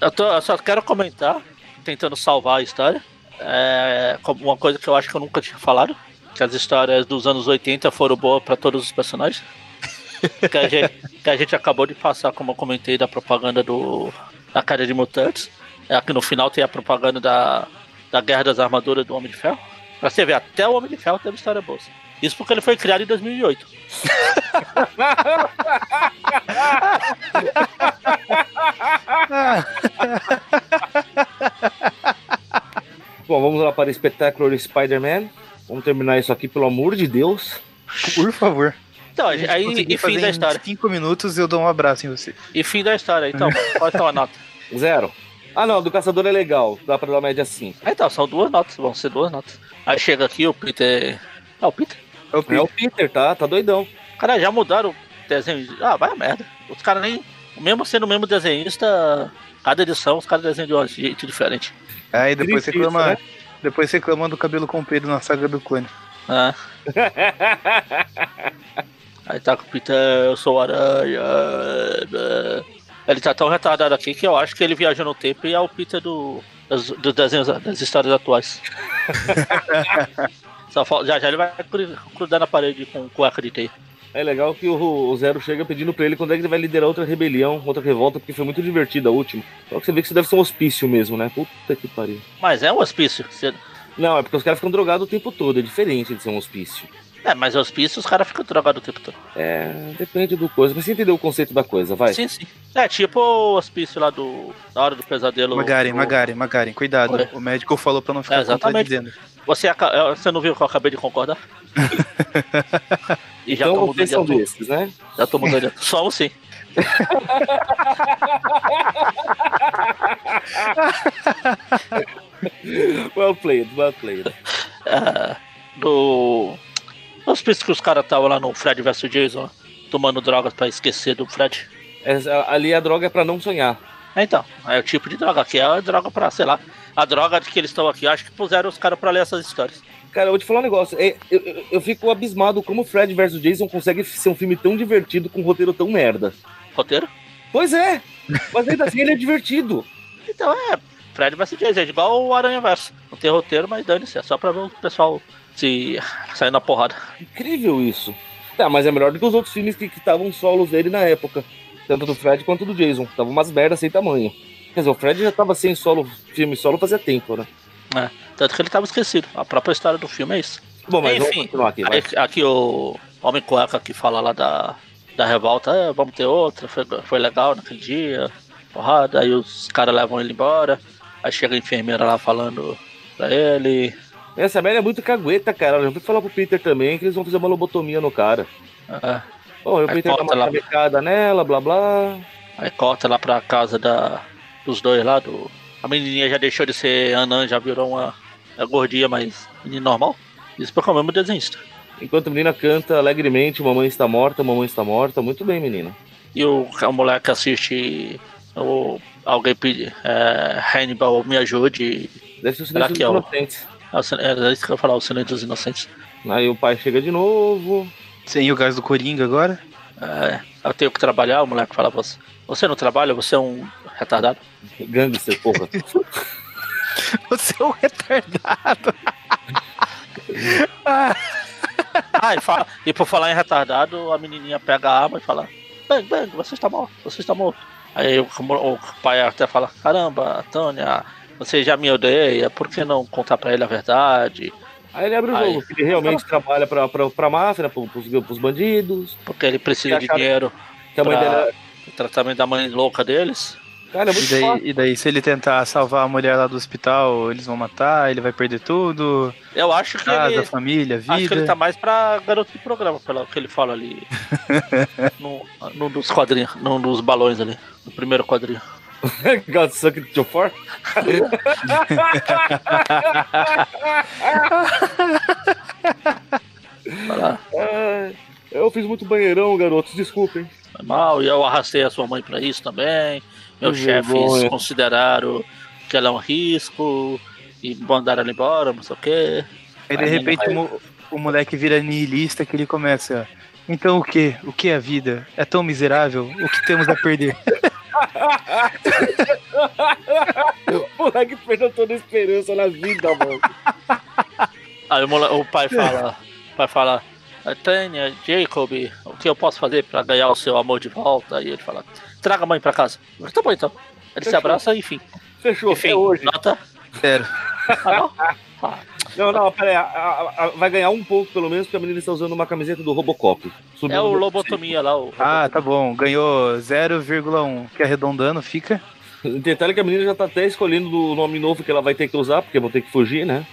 Speaker 2: Eu, tô- eu só quero comentar, tentando salvar a história. É, como uma coisa que eu acho que eu nunca tinha falado, que as histórias dos anos 80 foram boas pra todos os
Speaker 3: [LAUGHS]
Speaker 2: personagens. que, a gente, que a gente acabou de passar, como eu comentei, da propaganda do da cara de mutantes. É, aqui no final tem a propaganda da, da Guerra das Armaduras do Homem de Ferro. Pra você ver, até o Homem de Ferro teve história boa. Isso porque ele foi criado em 2008.
Speaker 3: Ah,
Speaker 4: Bom, vamos lá para Spectacular Spider-Man. Vamos terminar isso aqui, pelo amor de Deus.
Speaker 3: Por favor.
Speaker 2: Então,
Speaker 3: Se a gente
Speaker 2: aí,
Speaker 3: conseguir
Speaker 2: e fim
Speaker 3: fazer
Speaker 2: da
Speaker 3: em
Speaker 2: história.
Speaker 3: cinco minutos eu dou um abraço em você.
Speaker 2: E fim da história,
Speaker 3: [LAUGHS]
Speaker 2: então. Qual é a nota?
Speaker 4: Zero. Ah, não, do Caçador é legal. Dá pra dar média 5.
Speaker 2: Ah, então, são duas notas, vão ser duas notas. Aí chega aqui o Peter. Ah, o Peter?
Speaker 3: É o
Speaker 4: É o
Speaker 3: Peter.
Speaker 4: Peter, tá? Tá doidão.
Speaker 2: Cara, já mudaram o desenho. Ah, vai a merda. Os caras nem. Mesmo sendo o mesmo desenhista, cada edição os caras desenham de um jeito diferente.
Speaker 3: Aí É, depois
Speaker 4: Triste
Speaker 3: reclama.
Speaker 4: isso, né?
Speaker 3: Depois reclama do cabelo comprido na saga do clone.
Speaker 2: Ah. Aí tá com o Peter, eu sou o aranha. blá. Ele tá tão retardado aqui que eu acho que ele viaja no tempo e é o Peter do, das, dos desenhos, das histórias atuais. Só fal- já já ele vai cru- grudar na parede com cueca de teia.
Speaker 4: É legal que o, o Zero chega pedindo pra ele quando é que ele vai liderar outra rebelião, outra revolta, porque foi muito divertida a última. Só que você vê que isso deve ser um hospício mesmo, né? Puta que pariu.
Speaker 2: Mas é um hospício. Você-
Speaker 4: Não, é porque os caras ficam drogados o tempo todo, é diferente de ser um hospício.
Speaker 2: É, mas hospício os caras ficam drogados o tempo todo.
Speaker 4: É, depende do coisa. Mas você entendeu o conceito da coisa, vai.
Speaker 2: Sim, sim. É tipo o hospício lá do. Na hora do pesadelo.
Speaker 3: Magaren,
Speaker 2: do-
Speaker 3: Magaren, Magaren, cuidado.
Speaker 2: Olha.
Speaker 3: O médico falou pra não ficar
Speaker 2: É, exatamente.
Speaker 3: contradizendo.
Speaker 2: Você, aca- é, você não viu que eu acabei
Speaker 4: [LAUGHS]
Speaker 2: de concordar? e já
Speaker 4: então
Speaker 2: tomou
Speaker 4: vocês são
Speaker 2: dentro.
Speaker 4: desses, né? [LAUGHS]
Speaker 2: Já tô mudando. de- Só um sim.
Speaker 4: Well played, well played.
Speaker 2: Ah, do. Os que os caras estavam lá no Fred vs Jason, tomando drogas pra esquecer do Fred.
Speaker 4: Essa- ali a droga é pra não sonhar.
Speaker 2: É, Então, é o tipo de droga que é a droga pra, sei lá. A droga de que eles estão aqui. Acho que puseram os caras pra ler essas histórias.
Speaker 4: Cara, eu vou te falar um negócio. É, eu, eu- eu fico abismado como Fred vs Jason consegue ser um filme tão divertido com um roteiro tão merda.
Speaker 2: Roteiro?
Speaker 4: Pois é! Mas ainda assim ele é divertido.
Speaker 2: Então é, Fred vs Jason, é igual o Aranha Verso. Não tem roteiro, mas dane-se. É só pra ver o pessoal se [LAUGHS] saindo na porrada.
Speaker 4: Incrível isso. Tá, mas é melhor do que os outros filmes que estavam solos dele na época. Tanto do Fred quanto do Jason. Tava umas merdas sem tamanho. Quer dizer, o Fred já tava sem solo, filme solo fazia tempo, né?
Speaker 2: É, Tanto que ele tava esquecido. A própria história do filme é isso.
Speaker 4: Bom, mas vamos
Speaker 2: Enfim,
Speaker 4: continuar aqui, vai.
Speaker 2: Aí, aqui o Homem Cueca que fala lá da, da revolta, "É, vamos ter outra, foi, foi legal naquele dia, porrada, aí os caras levam ele embora, aí chega a enfermeira lá falando pra ele.
Speaker 4: Essa merda é muito cagueta, cara. Eu já fui falar pro Peter também que eles vão fazer uma lobotomia no cara.
Speaker 2: ah,
Speaker 4: Bom, eu
Speaker 2: Aí
Speaker 4: Peter dá
Speaker 2: corta lá.
Speaker 4: uma cavecada nela, blá blá.
Speaker 2: aí corta lá pra casa da, dos dois lá, do. A menininha já deixou de ser anã, já virou uma, uma gordinha, mas menina normal. Isso porque é o mesmo desenhista.
Speaker 4: Enquanto a menina canta alegremente, mamãe está morta, mamãe está morta. Muito bem, menina.
Speaker 2: E o, o moleque assiste o, alguém pedir é, Hannibal, me ajude.
Speaker 4: Deve ser o
Speaker 2: Será
Speaker 4: silêncio dos
Speaker 2: que é o-
Speaker 4: inocentes.
Speaker 2: É o sin- Era isso que eu ia falar, o Silêncio dos Inocentes.
Speaker 4: Aí o pai chega de novo.
Speaker 3: Sem o gás do Coringa agora? [LAUGHS]
Speaker 2: É, eu tenho que trabalhar, o moleque fala pra você. Você não trabalha, você é um retardado.
Speaker 4: Gangster, porra.
Speaker 3: Você é um retardado.
Speaker 2: Ah, e, fala, e por falar em retardado, a menininha pega a arma e fala: Bang, bang, você está morto, você está morto. Aí o, mo- o pai até fala: Caramba, Tânia, você já me odeia, por que não contar pra ele a verdade?
Speaker 4: Aí ele abre o
Speaker 2: Aí.
Speaker 4: jogo, que ele realmente trabalha pra, pra, pra máfia, né, pro- pros, pros bandidos.
Speaker 2: Porque ele precisa de
Speaker 4: Achado.
Speaker 2: dinheiro
Speaker 4: Que a mãe
Speaker 2: Pra-
Speaker 4: dela. é,
Speaker 2: o tratamento da mãe louca deles.
Speaker 4: Cara, é
Speaker 3: E
Speaker 4: muito fácil.
Speaker 3: daí, e daí, se ele tentar salvar a mulher lá do hospital, eles vão matar, ele vai perder tudo.
Speaker 2: Eu acho que
Speaker 3: Casa,
Speaker 2: ele,
Speaker 3: família, vida.
Speaker 2: acho que ele tá mais pra garoto de programa, pelo que ele fala ali. num, num dos quadrinhos, num dos balões ali, no primeiro quadrinho.
Speaker 4: [LAUGHS] God suck it so far.
Speaker 2: Vai lá.
Speaker 4: Ai, Eu fiz muito banheirão, garotos, desculpem.
Speaker 2: Foi mal, e eu arrastei a sua mãe pra isso também. Meus
Speaker 4: Que
Speaker 2: chefes
Speaker 4: vergonha.
Speaker 2: consideraram que ela é um risco e mandaram ela embora, não sei o quê.
Speaker 3: Aí de repente o, mo- o moleque vira nihilista que ele começa. Então o que? O que é a vida? É tão miserável? O que temos a perder? [LAUGHS]
Speaker 4: [LAUGHS] O moleque perdeu toda a esperança na vida, mano.
Speaker 2: Aí o, mole- o
Speaker 4: É.
Speaker 2: pai fala, o pai fala, Tânia, Jacob, o que eu posso fazer pra ganhar o seu amor de volta? E ele fala, traga a mãe pra casa. Eu, Tá bom então. Ele se
Speaker 4: Fechou.
Speaker 2: abraça e enfim.
Speaker 4: Fechou,
Speaker 2: Enfim,
Speaker 4: é hoje.
Speaker 2: nota.
Speaker 3: Sério.
Speaker 2: Ah, não? Ah,
Speaker 4: Não, não, pera aí. a- a- a- vai ganhar um pouco, pelo menos, porque a menina está usando uma camiseta do Robocop. [LAUGHS] Subiu
Speaker 2: é o
Speaker 4: no- Ah, tá.
Speaker 2: lobotomia lá. O...
Speaker 3: Ah, tá bom. Ganhou 0,1, que um. arredondando fica.
Speaker 4: O Detalhe é que a menina já tá até escolhendo o nome novo que ela vai ter que usar, porque vão ter que fugir, né?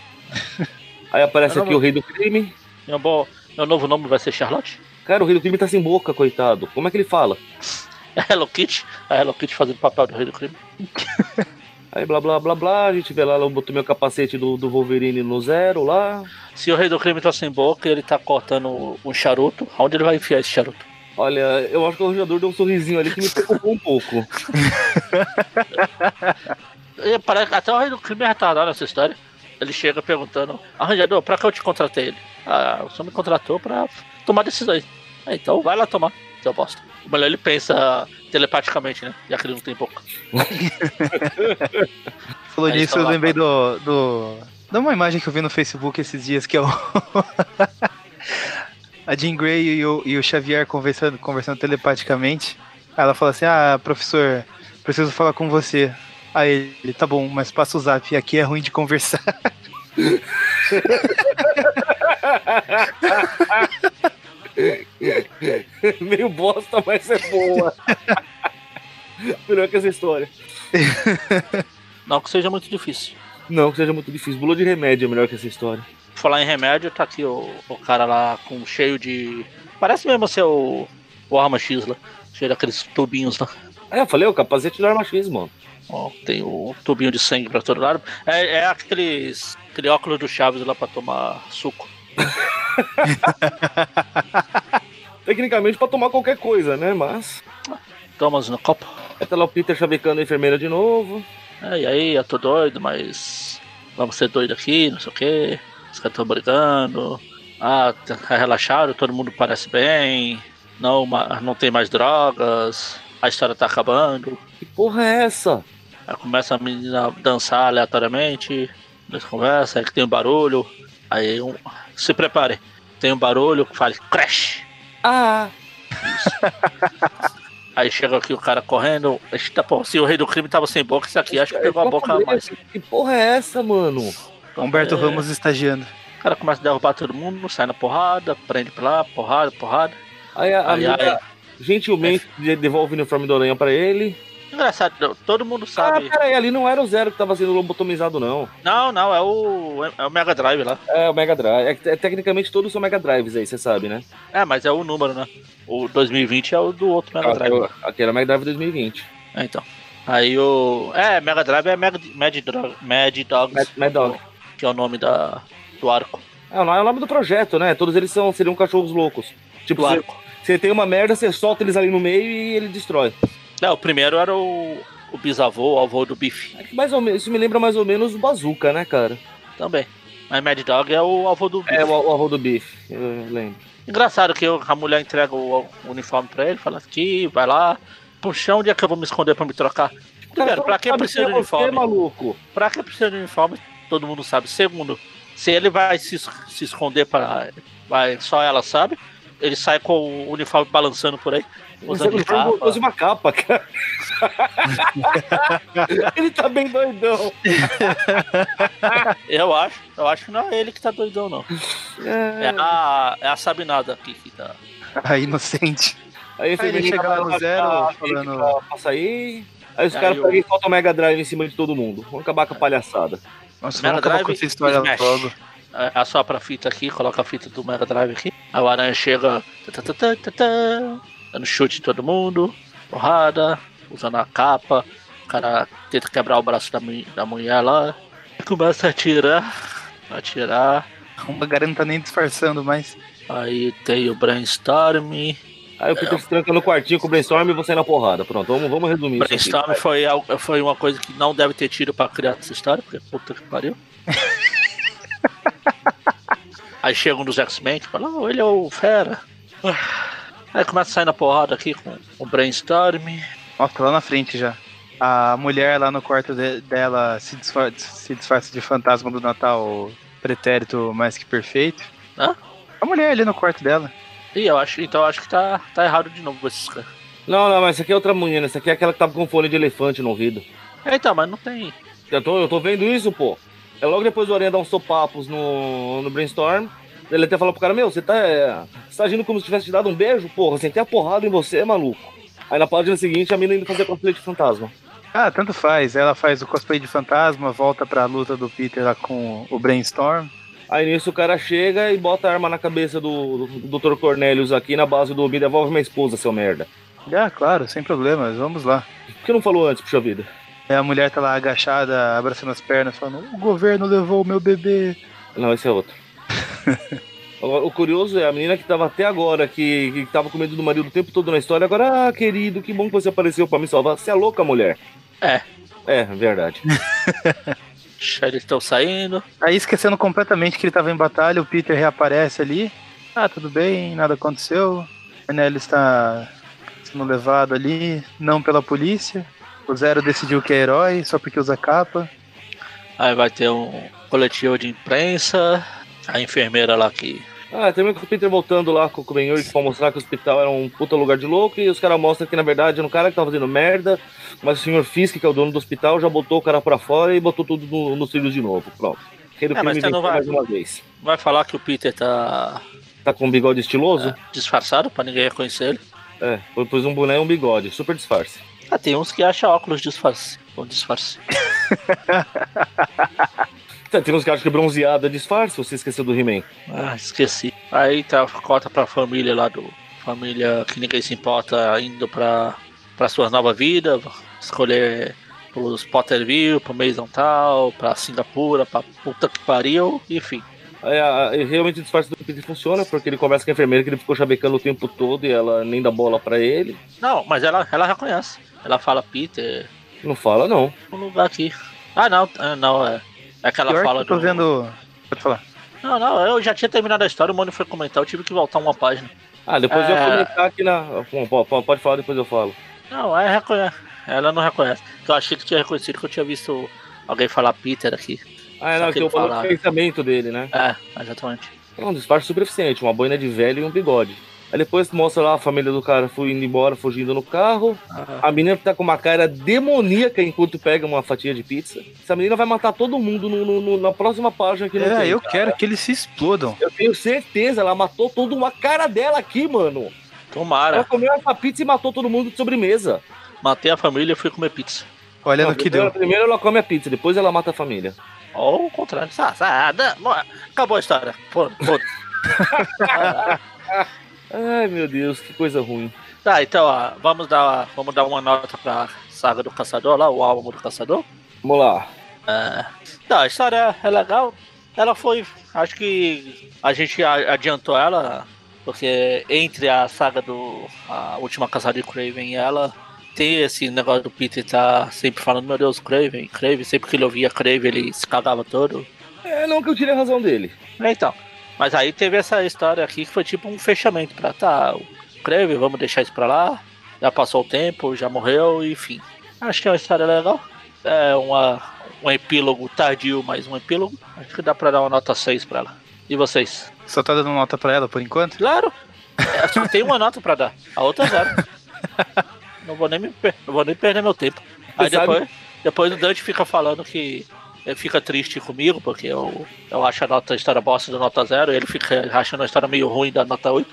Speaker 4: Aí aparece
Speaker 2: Não,
Speaker 4: aqui o Rei do Crime.
Speaker 2: Meu, bo- meu novo nome vai ser Charlotte?
Speaker 4: Cara, o Rei do Crime tá sem boca, coitado. Como é que ele fala?
Speaker 2: É Hello Kitty? A Hello Kitty fazendo papel do Rei do Crime?
Speaker 4: Aí blá blá blá blá, a gente vê lá, ela botou meu capacete do, do Wolverine no zero lá.
Speaker 2: Se o Rei do Crime tá sem boca e ele tá cortando um charuto, aonde ele vai enfiar esse charuto?
Speaker 4: Olha, eu acho que o arranjador deu um sorrisinho ali que me preocupou um pouco. [LAUGHS]
Speaker 2: E parece que até o Rei do Crime é retardado nessa história. Ele chega perguntando: Arranjador, pra que eu te contratei ele? Ah, você me contratou pra tomar decisões. Ah, então vai lá tomar, seu bosta. O melhor ele pensa telepaticamente, né? Já que ele não tem boca.
Speaker 3: Falou
Speaker 2: Aí
Speaker 3: nisso,
Speaker 2: tá
Speaker 3: eu
Speaker 2: lá,
Speaker 3: lembrei do, do. De uma imagem que eu vi no Facebook esses dias, que é o. [LAUGHS] a Jean Grey e o, e o Xavier conversando, conversando telepaticamente. Aí ela fala assim: Ah, professor, preciso falar com você. Aí ele, tá bom, mas passa o zap, aqui é ruim de conversar. [LAUGHS]
Speaker 4: Meio bosta, mas é boa. [LAUGHS] Melhor que essa história.
Speaker 2: Não que seja muito difícil.
Speaker 4: Não, que seja muito difícil. Bula de remédio é melhor que essa história.
Speaker 2: Falar em remédio, tá aqui o, o cara lá com cheio de. Parece mesmo ser o, o Arma X lá. Cheio daqueles tubinhos lá.
Speaker 4: Ah, eu falei, o capacete do arma X, mano.
Speaker 2: Ó, tem o tubinho de sangue pra todo lado. É, é aqueles, aquele óculos do Chaves lá pra tomar suco.
Speaker 4: Tecnicamente pra tomar qualquer coisa, né? Mas.
Speaker 2: Tomas no copo.
Speaker 4: Aí tá lá o Peter chavecando a enfermeira de novo.
Speaker 2: É, e aí, eu tô doido, mas vamos ser doido aqui, não sei o quê. Os caras estão brigando. Ah, tá- relaxaram, todo mundo parece bem. Não, ma- não tem mais drogas. A história tá acabando.
Speaker 4: Que porra é essa?
Speaker 2: Aí começa a menina a dançar aleatoriamente. Eles conversam, aí que tem um barulho. Aí um. Se prepare. Tem um barulho que faz crash.
Speaker 4: Ah!
Speaker 2: Aí chega aqui o cara correndo. Eita, pô, se o rei do crime tava sem boca, isso aqui
Speaker 4: É,
Speaker 2: acho que pegou a boca a mais.
Speaker 4: Que porra é essa, mano?
Speaker 3: Humberto
Speaker 2: É,
Speaker 3: Ramos estagiando.
Speaker 2: O cara começa a derrubar todo mundo, sai na porrada, prende pra lá, porrada, porrada.
Speaker 4: Aí a, a
Speaker 2: Ai, É. ai.
Speaker 4: menina gentilmente de- devolve o uniforme do Aranha pra ele.
Speaker 2: Engraçado, não, todo mundo sabe.
Speaker 4: Ah, peraí, ali não era o Zero que tava sendo lobotomizado, não.
Speaker 2: Não, não, é o, é o Mega Drive lá.
Speaker 4: É o Mega Drive. É que, te- tecnicamente todos são Mega Drives aí, você sabe, né?
Speaker 2: É, mas é o número, né? O 2020 é o do outro Mega Drive.
Speaker 4: Aquela aqui era Mega Drive 2020.
Speaker 2: É, então. Aí o. É, Mega Drive é Mad, Mad, Dro- Mad Dogs,
Speaker 4: Mad, Mad Dog.
Speaker 2: que é o nome da, do arco.
Speaker 4: É, o nome- é o nome do projeto, né? Todos eles são, seriam cachorros loucos. Tipo,
Speaker 2: Do
Speaker 4: você,
Speaker 2: arco.
Speaker 4: você tem uma merda, você solta eles ali no meio e ele destrói.
Speaker 2: É, o primeiro era o, o bisavô, o avô do Biff
Speaker 4: É que mais ou menos, isso me lembra mais ou menos o Bazooka, né, cara?
Speaker 2: também. Mas Mad Dog é o avô do Biff.
Speaker 4: É, o, o avô do Biff, eu lembro.
Speaker 2: Engraçado que eu- a mulher entrega o, o uniforme pra ele, fala aqui, vai lá. Puxa, onde é que eu vou me esconder pra me trocar? Primeiro, pra que
Speaker 4: sabe
Speaker 2: precisa de
Speaker 4: quem é você,
Speaker 2: uniforme?
Speaker 4: maluco?
Speaker 2: Pra que precisa de uniforme? Todo mundo sabe. Segundo, se ele vai se, es- se esconder para vai só ela sabe, ele sai com o uniforme balançando por aí, usando de
Speaker 4: Ele tá
Speaker 2: capa.
Speaker 4: de uma capa, cara. [LAUGHS] ele tá bem doidão.
Speaker 2: Eu acho, eu acho que não é ele que tá doidão não. É
Speaker 4: É.
Speaker 2: a, é a Sabinada aqui que tá.
Speaker 3: A inocente.
Speaker 4: Aí tá você
Speaker 3: Aí ele
Speaker 4: vem
Speaker 3: chega lá no zero, falando-
Speaker 4: falando. Passa aí. Aí os
Speaker 2: Aí
Speaker 4: caras
Speaker 2: o-
Speaker 4: pegam e soltam o Mega Drive em cima de todo mundo. Vamos acabar com a palhaçada.
Speaker 3: Nossa,
Speaker 2: Mega
Speaker 3: vamos acabar
Speaker 2: Drive
Speaker 3: com essa história
Speaker 2: Smash.
Speaker 3: logo.
Speaker 2: É, Assopra a fita aqui, coloca a fita do Mega Drive aqui. Aí o Aranha chega. tá, tá, tá, tá, tá, dando chute em todo mundo. Porrada. Usando a capa. O cara tenta quebrar o braço da, mu- da mulher lá. E começa a atirar. Atirar.
Speaker 3: Uma garanta tá nem disfarçando, mas.
Speaker 2: Aí tem o Brainstorm.
Speaker 4: Aí o
Speaker 2: É.
Speaker 4: Peter se tranca no quartinho com o Brainstorm e você na porrada. Pronto, vamos, vamos resumir isso. aqui.
Speaker 2: Brainstorm foi, al- foi uma coisa que não deve ter tido pra criar essa história, porque puta que
Speaker 4: [LAUGHS]
Speaker 2: pariu. Aí chega um dos X-Men que fala, "Não, ele é o fera. Aí começa a sair na porrada aqui com o Brainstorm.
Speaker 3: Nossa, lá na frente já. A mulher lá no quarto de- dela se disfarça, se disfarça de fantasma do Natal pretérito mais que perfeito.
Speaker 2: Hã?
Speaker 3: A mulher ali no quarto dela.
Speaker 2: E eu acho, então eu acho que tá, tá errado de novo esses caras.
Speaker 4: Não, não, mas essa aqui é outra menina. Essa aqui é aquela que tava com fone de elefante no ouvido.
Speaker 2: É, então, mas não tem.
Speaker 4: Eu tô, eu tô vendo isso, pô. É logo depois do Aranha dar uns sopapos no, no Brainstorm. Ele até falou pro cara, meu, você tá, é, você tá agindo como se tivesse te dado um beijo, porra. Sentei a porrada em você, maluco. Aí na página seguinte, a mina indo fazer cosplay de fantasma.
Speaker 3: Ah, tanto faz. Ela faz o cosplay de fantasma, volta pra luta do Peter lá com o Brainstorm.
Speaker 4: Aí nisso o cara chega e bota a arma na cabeça do, do Dr. Cornelius aqui na base do Me devolve minha esposa, seu merda.
Speaker 3: Ah, claro, sem problemas, vamos lá.
Speaker 4: Por que não falou antes, puxa vida?
Speaker 3: Aí a mulher tá lá agachada, abraçando as pernas, falando: O governo levou o meu bebê.
Speaker 4: Não, esse é
Speaker 2: [LAUGHS]
Speaker 4: outro. Agora, O curioso é, a menina que tava até agora, que, que tava com medo do marido o tempo todo na história, agora, ah, querido, que bom que você apareceu pra me salvar. Você é louca, mulher.
Speaker 2: É.
Speaker 4: É, verdade.
Speaker 2: Deixa Eles estão saindo.
Speaker 3: Aí esquecendo completamente que ele tava em batalha, o Peter reaparece ali. Ah, tudo bem, nada aconteceu. A Nelly está sendo levado ali, não pela polícia. O Zero decidiu que é herói, só porque usa capa.
Speaker 2: Aí vai ter um coletivo de imprensa. A enfermeira lá que.
Speaker 4: Ah, também com o Peter voltando lá com o Ben Urich pra mostrar que o hospital era um puta lugar de louco e os caras mostram que na verdade era um cara que tava fazendo merda, mas o senhor Fisk, que é o dono do hospital, já botou o cara pra fora e botou tudo no, nos trilhos de novo. Pronto. Rei do
Speaker 2: É, mas
Speaker 4: crime
Speaker 2: você
Speaker 4: venceu
Speaker 2: não vai-
Speaker 4: mais uma vez.
Speaker 2: Vai falar que o Peter tá
Speaker 4: Tá com um bigode estiloso?
Speaker 2: É. disfarçado pra ninguém reconhecer ele.
Speaker 4: É, eu pus um boné e um bigode, super disfarce.
Speaker 2: Ah, tem uns que acham óculos disfarce. Ou disfarce.
Speaker 4: Tá, Tem uns caras que bronzeado é disfarce, você esqueceu do He-Man.
Speaker 2: Ah, esqueci. Aí tá, corta pra família lá do. Família que ninguém se importa indo pra, pra sua nova vida. Escolher pros Potterville, pro Mason Tal, pra Singapura, pra puta que pariu, enfim.
Speaker 4: Aí, É, a- e realmente o disfarce do Peter funciona, porque ele conversa com a enfermeira que ele ficou chavecando o tempo todo e ela nem dá bola pra ele.
Speaker 2: Não, mas ela, ela reconhece. Ela fala, Peter,
Speaker 4: Não fala, não.
Speaker 2: um lugar aqui. Ah não, ah, não, é. É aquela
Speaker 3: Pior que
Speaker 2: fala
Speaker 3: eu tô
Speaker 2: do-
Speaker 3: vendo. Pode falar.
Speaker 2: Não, não, eu já tinha terminado a história, o Mano foi comentar, eu tive que voltar uma página.
Speaker 4: Ah, depois eu
Speaker 2: É.
Speaker 4: vou comentar aqui na. Bom, po- po- pode falar, depois eu falo.
Speaker 2: Não, é reconhece. Ela não reconhece. Eu achei que tinha reconhecido que eu tinha visto alguém falar Peter aqui.
Speaker 4: Ah, é,
Speaker 2: Só
Speaker 4: não,
Speaker 2: que
Speaker 4: que eu
Speaker 2: ele
Speaker 4: falo
Speaker 2: fala-
Speaker 4: do pensamento dele, né?
Speaker 2: É, exatamente.
Speaker 4: É um disfarce super eficiente, uma boina de velho e um bigode. Aí depois mostra lá a família do cara foi indo embora, fugindo no carro.
Speaker 2: Ah,
Speaker 4: A menina tá com uma cara demoníaca enquanto pega uma fatia de pizza. Essa menina vai matar todo mundo no- no- no- na próxima página que não
Speaker 3: É,
Speaker 4: tem.
Speaker 3: eu quero que eles se explodam.
Speaker 4: Eu tenho certeza, ela matou todo mundo. A cara dela aqui, mano. Ela
Speaker 2: tomara.
Speaker 4: comeu essa pizza e matou todo mundo de sobremesa.
Speaker 2: Matei a família e fui comer pizza.
Speaker 3: Olha
Speaker 4: Não,
Speaker 3: no que
Speaker 4: primeiro,
Speaker 3: deu.
Speaker 4: primeiro ela come a pizza, depois ela mata a família.
Speaker 2: Ou o contrário. Ah, ah, dá- mo- acabou a história. Pô, pô.
Speaker 4: Ai, meu Deus, que coisa ruim.
Speaker 2: Tá, então ó, vamos dar, vamos dar uma nota pra saga do caçador lá, o álbum do caçador.
Speaker 4: Vamos lá.
Speaker 2: É. Não, a história é legal. Ela foi. Acho que a gente a- adiantou ela, porque entre a saga do. A última caçada de Craven e ela. Tem esse negócio do Peter tá sempre falando, meu Deus, Craven, Craven, sempre que ele ouvia Craven, ele se cagava todo.
Speaker 4: É, não que eu tirei a razão dele.
Speaker 2: Então, mas aí teve essa história aqui que foi tipo um fechamento pra tá, o Craven, vamos deixar isso pra lá. Já passou o tempo, já morreu, enfim. Acho que é uma história legal. É uma, um epílogo tardio, mas um epílogo. Acho que dá pra dar uma nota 6 pra ela. E vocês?
Speaker 3: Só tá dando nota pra ela por enquanto?
Speaker 2: Claro! É, Só tem uma nota pra dar, a outra é zero. Não vou nem, me per- não vou nem perder meu tempo. Aí
Speaker 4: Você sabe-
Speaker 2: depois, depois o Dante fica falando que ele fica triste comigo, porque eu, eu acho a nota a história bosta da nota zero, e ele fica achando a história meio ruim da nota 8.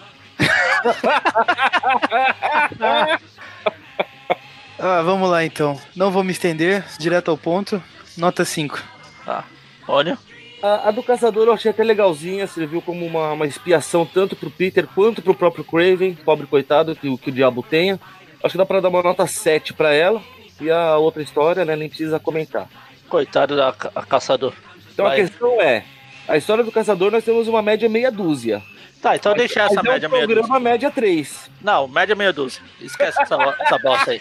Speaker 3: Ah, vamos lá então. Não vou me estender, direto ao ponto. Nota 5.
Speaker 4: Tá.
Speaker 2: Ah, olha,
Speaker 4: A, a do caçador eu achei até legalzinha, serviu como uma, uma expiação tanto pro Peter quanto pro próprio Craven, pobre coitado, que, o- que o diabo tenha. Acho que dá pra dar uma nota 7 pra ela. E a outra história, né, nem precisa comentar.
Speaker 2: coitado da ca- a caçador.
Speaker 4: Então a
Speaker 2: Vai.
Speaker 4: questão é, a história do caçador nós temos uma média meia dúzia.
Speaker 2: Tá, então
Speaker 4: Mas-
Speaker 2: deixa essa
Speaker 4: mas é um
Speaker 2: média meia dúzia.
Speaker 4: programa média 3.
Speaker 2: Não, média meia dúzia. Esquece essa, essa bosta aí.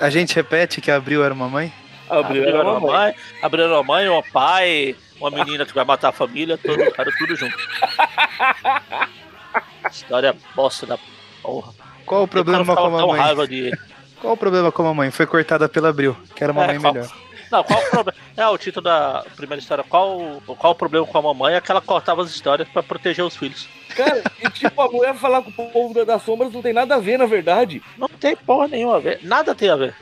Speaker 3: A gente repete que abriu era uma mãe?
Speaker 4: Ah,
Speaker 2: Ah,
Speaker 4: Abriu a
Speaker 2: Abriram a
Speaker 4: mamãe.
Speaker 2: mãe, abriram a mãe, o pai, uma menina que vai matar a família, todo cara,
Speaker 4: [LAUGHS]
Speaker 2: tudo junto. História bosta da porra.
Speaker 3: Qual o
Speaker 2: Eu
Speaker 3: problema
Speaker 2: ficava
Speaker 3: com a
Speaker 2: tão
Speaker 3: mãe?
Speaker 2: raiva
Speaker 3: [LAUGHS]
Speaker 2: de.
Speaker 3: Qual o problema com a mamãe? Foi cortada pela Abril, que era uma
Speaker 2: É,
Speaker 3: mãe
Speaker 2: qual-
Speaker 3: melhor.
Speaker 2: Não, qual o problema? É, o título da primeira história, qual, qual o problema com a mamãe é que ela cortava as histórias pra proteger os filhos.
Speaker 4: Cara, e tipo, a mulher falar com o povo da- das sombras não tem nada a ver, na verdade.
Speaker 2: Não tem porra nenhuma a ver. Nada tem a ver.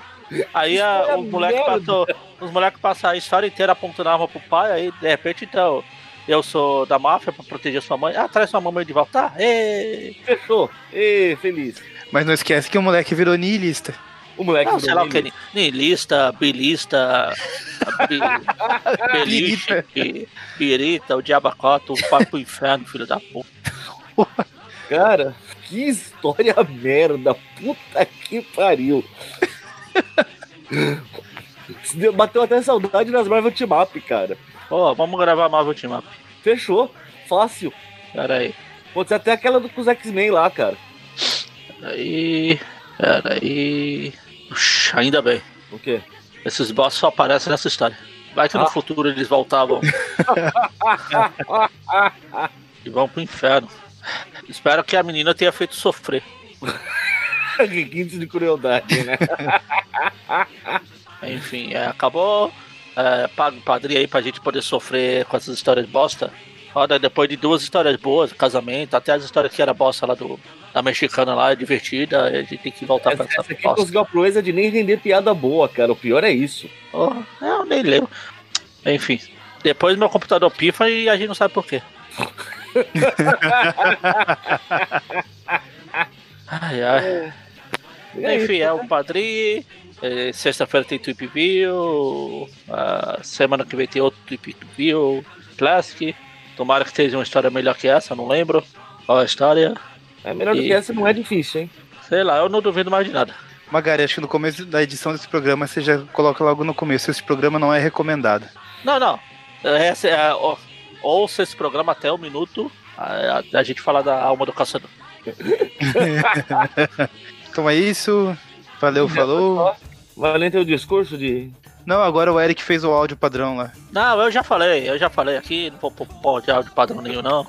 Speaker 2: Aí a-
Speaker 4: História
Speaker 2: os moleques
Speaker 4: merda.
Speaker 2: passou, os moleques passam a história inteira apontando a arma pro pai, aí de repente então. Eu sou da máfia pra proteger sua mãe. Ah, traz sua mamãe de volta. Tá? Ah, Ei.
Speaker 4: Fechou. Ê, feliz.
Speaker 3: Mas não esquece que o moleque virou niilista.
Speaker 4: O moleque do
Speaker 2: Não, Ah, sei lá o
Speaker 4: Willy.
Speaker 2: que. Nilista, bilista, bi- beliche, bi- birita, o diabacota, o papo pro inferno, filho da puta.
Speaker 4: Cara, que história [LAUGHS] merda. Puta que pariu. Se deu- Bateu até saudade das Marvel Team Up, cara.
Speaker 2: Ó, vamos gravar Marvel Team Up.
Speaker 4: Fechou. Fácil.
Speaker 2: Pera aí.
Speaker 4: Pode ser até aquela do- com os X-Men lá, cara.
Speaker 2: Pera aí. Pera aí. Ux, ainda bem.
Speaker 4: O
Speaker 2: [LAUGHS]
Speaker 4: quê?
Speaker 2: Esses boss só aparecem nessa história. Vai que no
Speaker 4: Ah.
Speaker 2: futuro eles voltavam
Speaker 4: ah, [LAUGHS]
Speaker 2: e vão pro inferno. Espero que a menina tenha feito sofrer.
Speaker 4: Requinte de crueldade, né?
Speaker 2: Enfim, é, acabou. É, paga o padrinho aí pra gente poder sofrer com essas histórias bosta. Olha, depois de duas histórias boas, casamento, até as histórias que era bosta lá do, da mexicana lá, é divertida, a gente tem que voltar
Speaker 4: Essa,
Speaker 2: pra essa
Speaker 4: essa aqui
Speaker 2: bosta.
Speaker 4: conseguiu a proeza de nem render piada boa, cara. O pior é isso.
Speaker 2: Oh, eu nem lembro. Enfim, depois meu computador pifa e a gente não sabe
Speaker 4: [LAUGHS]
Speaker 2: por quê. ai, ai.
Speaker 4: É
Speaker 2: Enfim,
Speaker 4: isso,
Speaker 2: é o Padri. eh, Sexta-feira tem Tweep View. ah, semana que vem tem outro Tweep View Classic. Tomara que esteja uma história melhor que essa, não lembro. Qual a história?
Speaker 4: É melhor do
Speaker 2: E-
Speaker 4: que essa, não é difícil, hein?
Speaker 2: Sei lá, eu não duvido mais de nada.
Speaker 3: Magari, acho que no começo da edição desse programa você já coloca logo no começo. Esse programa não é recomendado.
Speaker 2: Não, não. Essa, é a- ó, ouça esse programa até o minuto. A, a- a gente falar da alma do caçador.
Speaker 3: Então é isso. Valeu, falou.
Speaker 4: Valente ter o discurso de.
Speaker 3: Não, agora o Eric fez o áudio
Speaker 2: [LAUGHS]
Speaker 3: padrão lá.
Speaker 2: Não, eu já falei, eu já falei aqui, não vou pôr pôr de áudio padrão nenhum, não.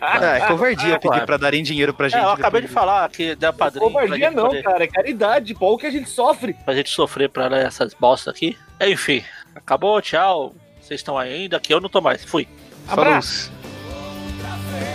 Speaker 3: Ah, é covardia pedir
Speaker 2: claro.
Speaker 3: pra darem dinheiro pra gente.
Speaker 2: É, eu acabei de
Speaker 3: depois
Speaker 2: falar que da padrinho. pra
Speaker 4: Covardia
Speaker 2: gente
Speaker 4: não,
Speaker 2: poder-
Speaker 4: cara. É caridade, pô. O que a gente sofre.
Speaker 2: pra gente sofrer pra ler essas bostas aqui. Enfim, acabou, tchau. Vocês estão ainda, que eu não tô mais. Fui.
Speaker 3: disso. Falou.
Speaker 4: Abraço.
Speaker 3: -se.
Speaker 1: Outra vez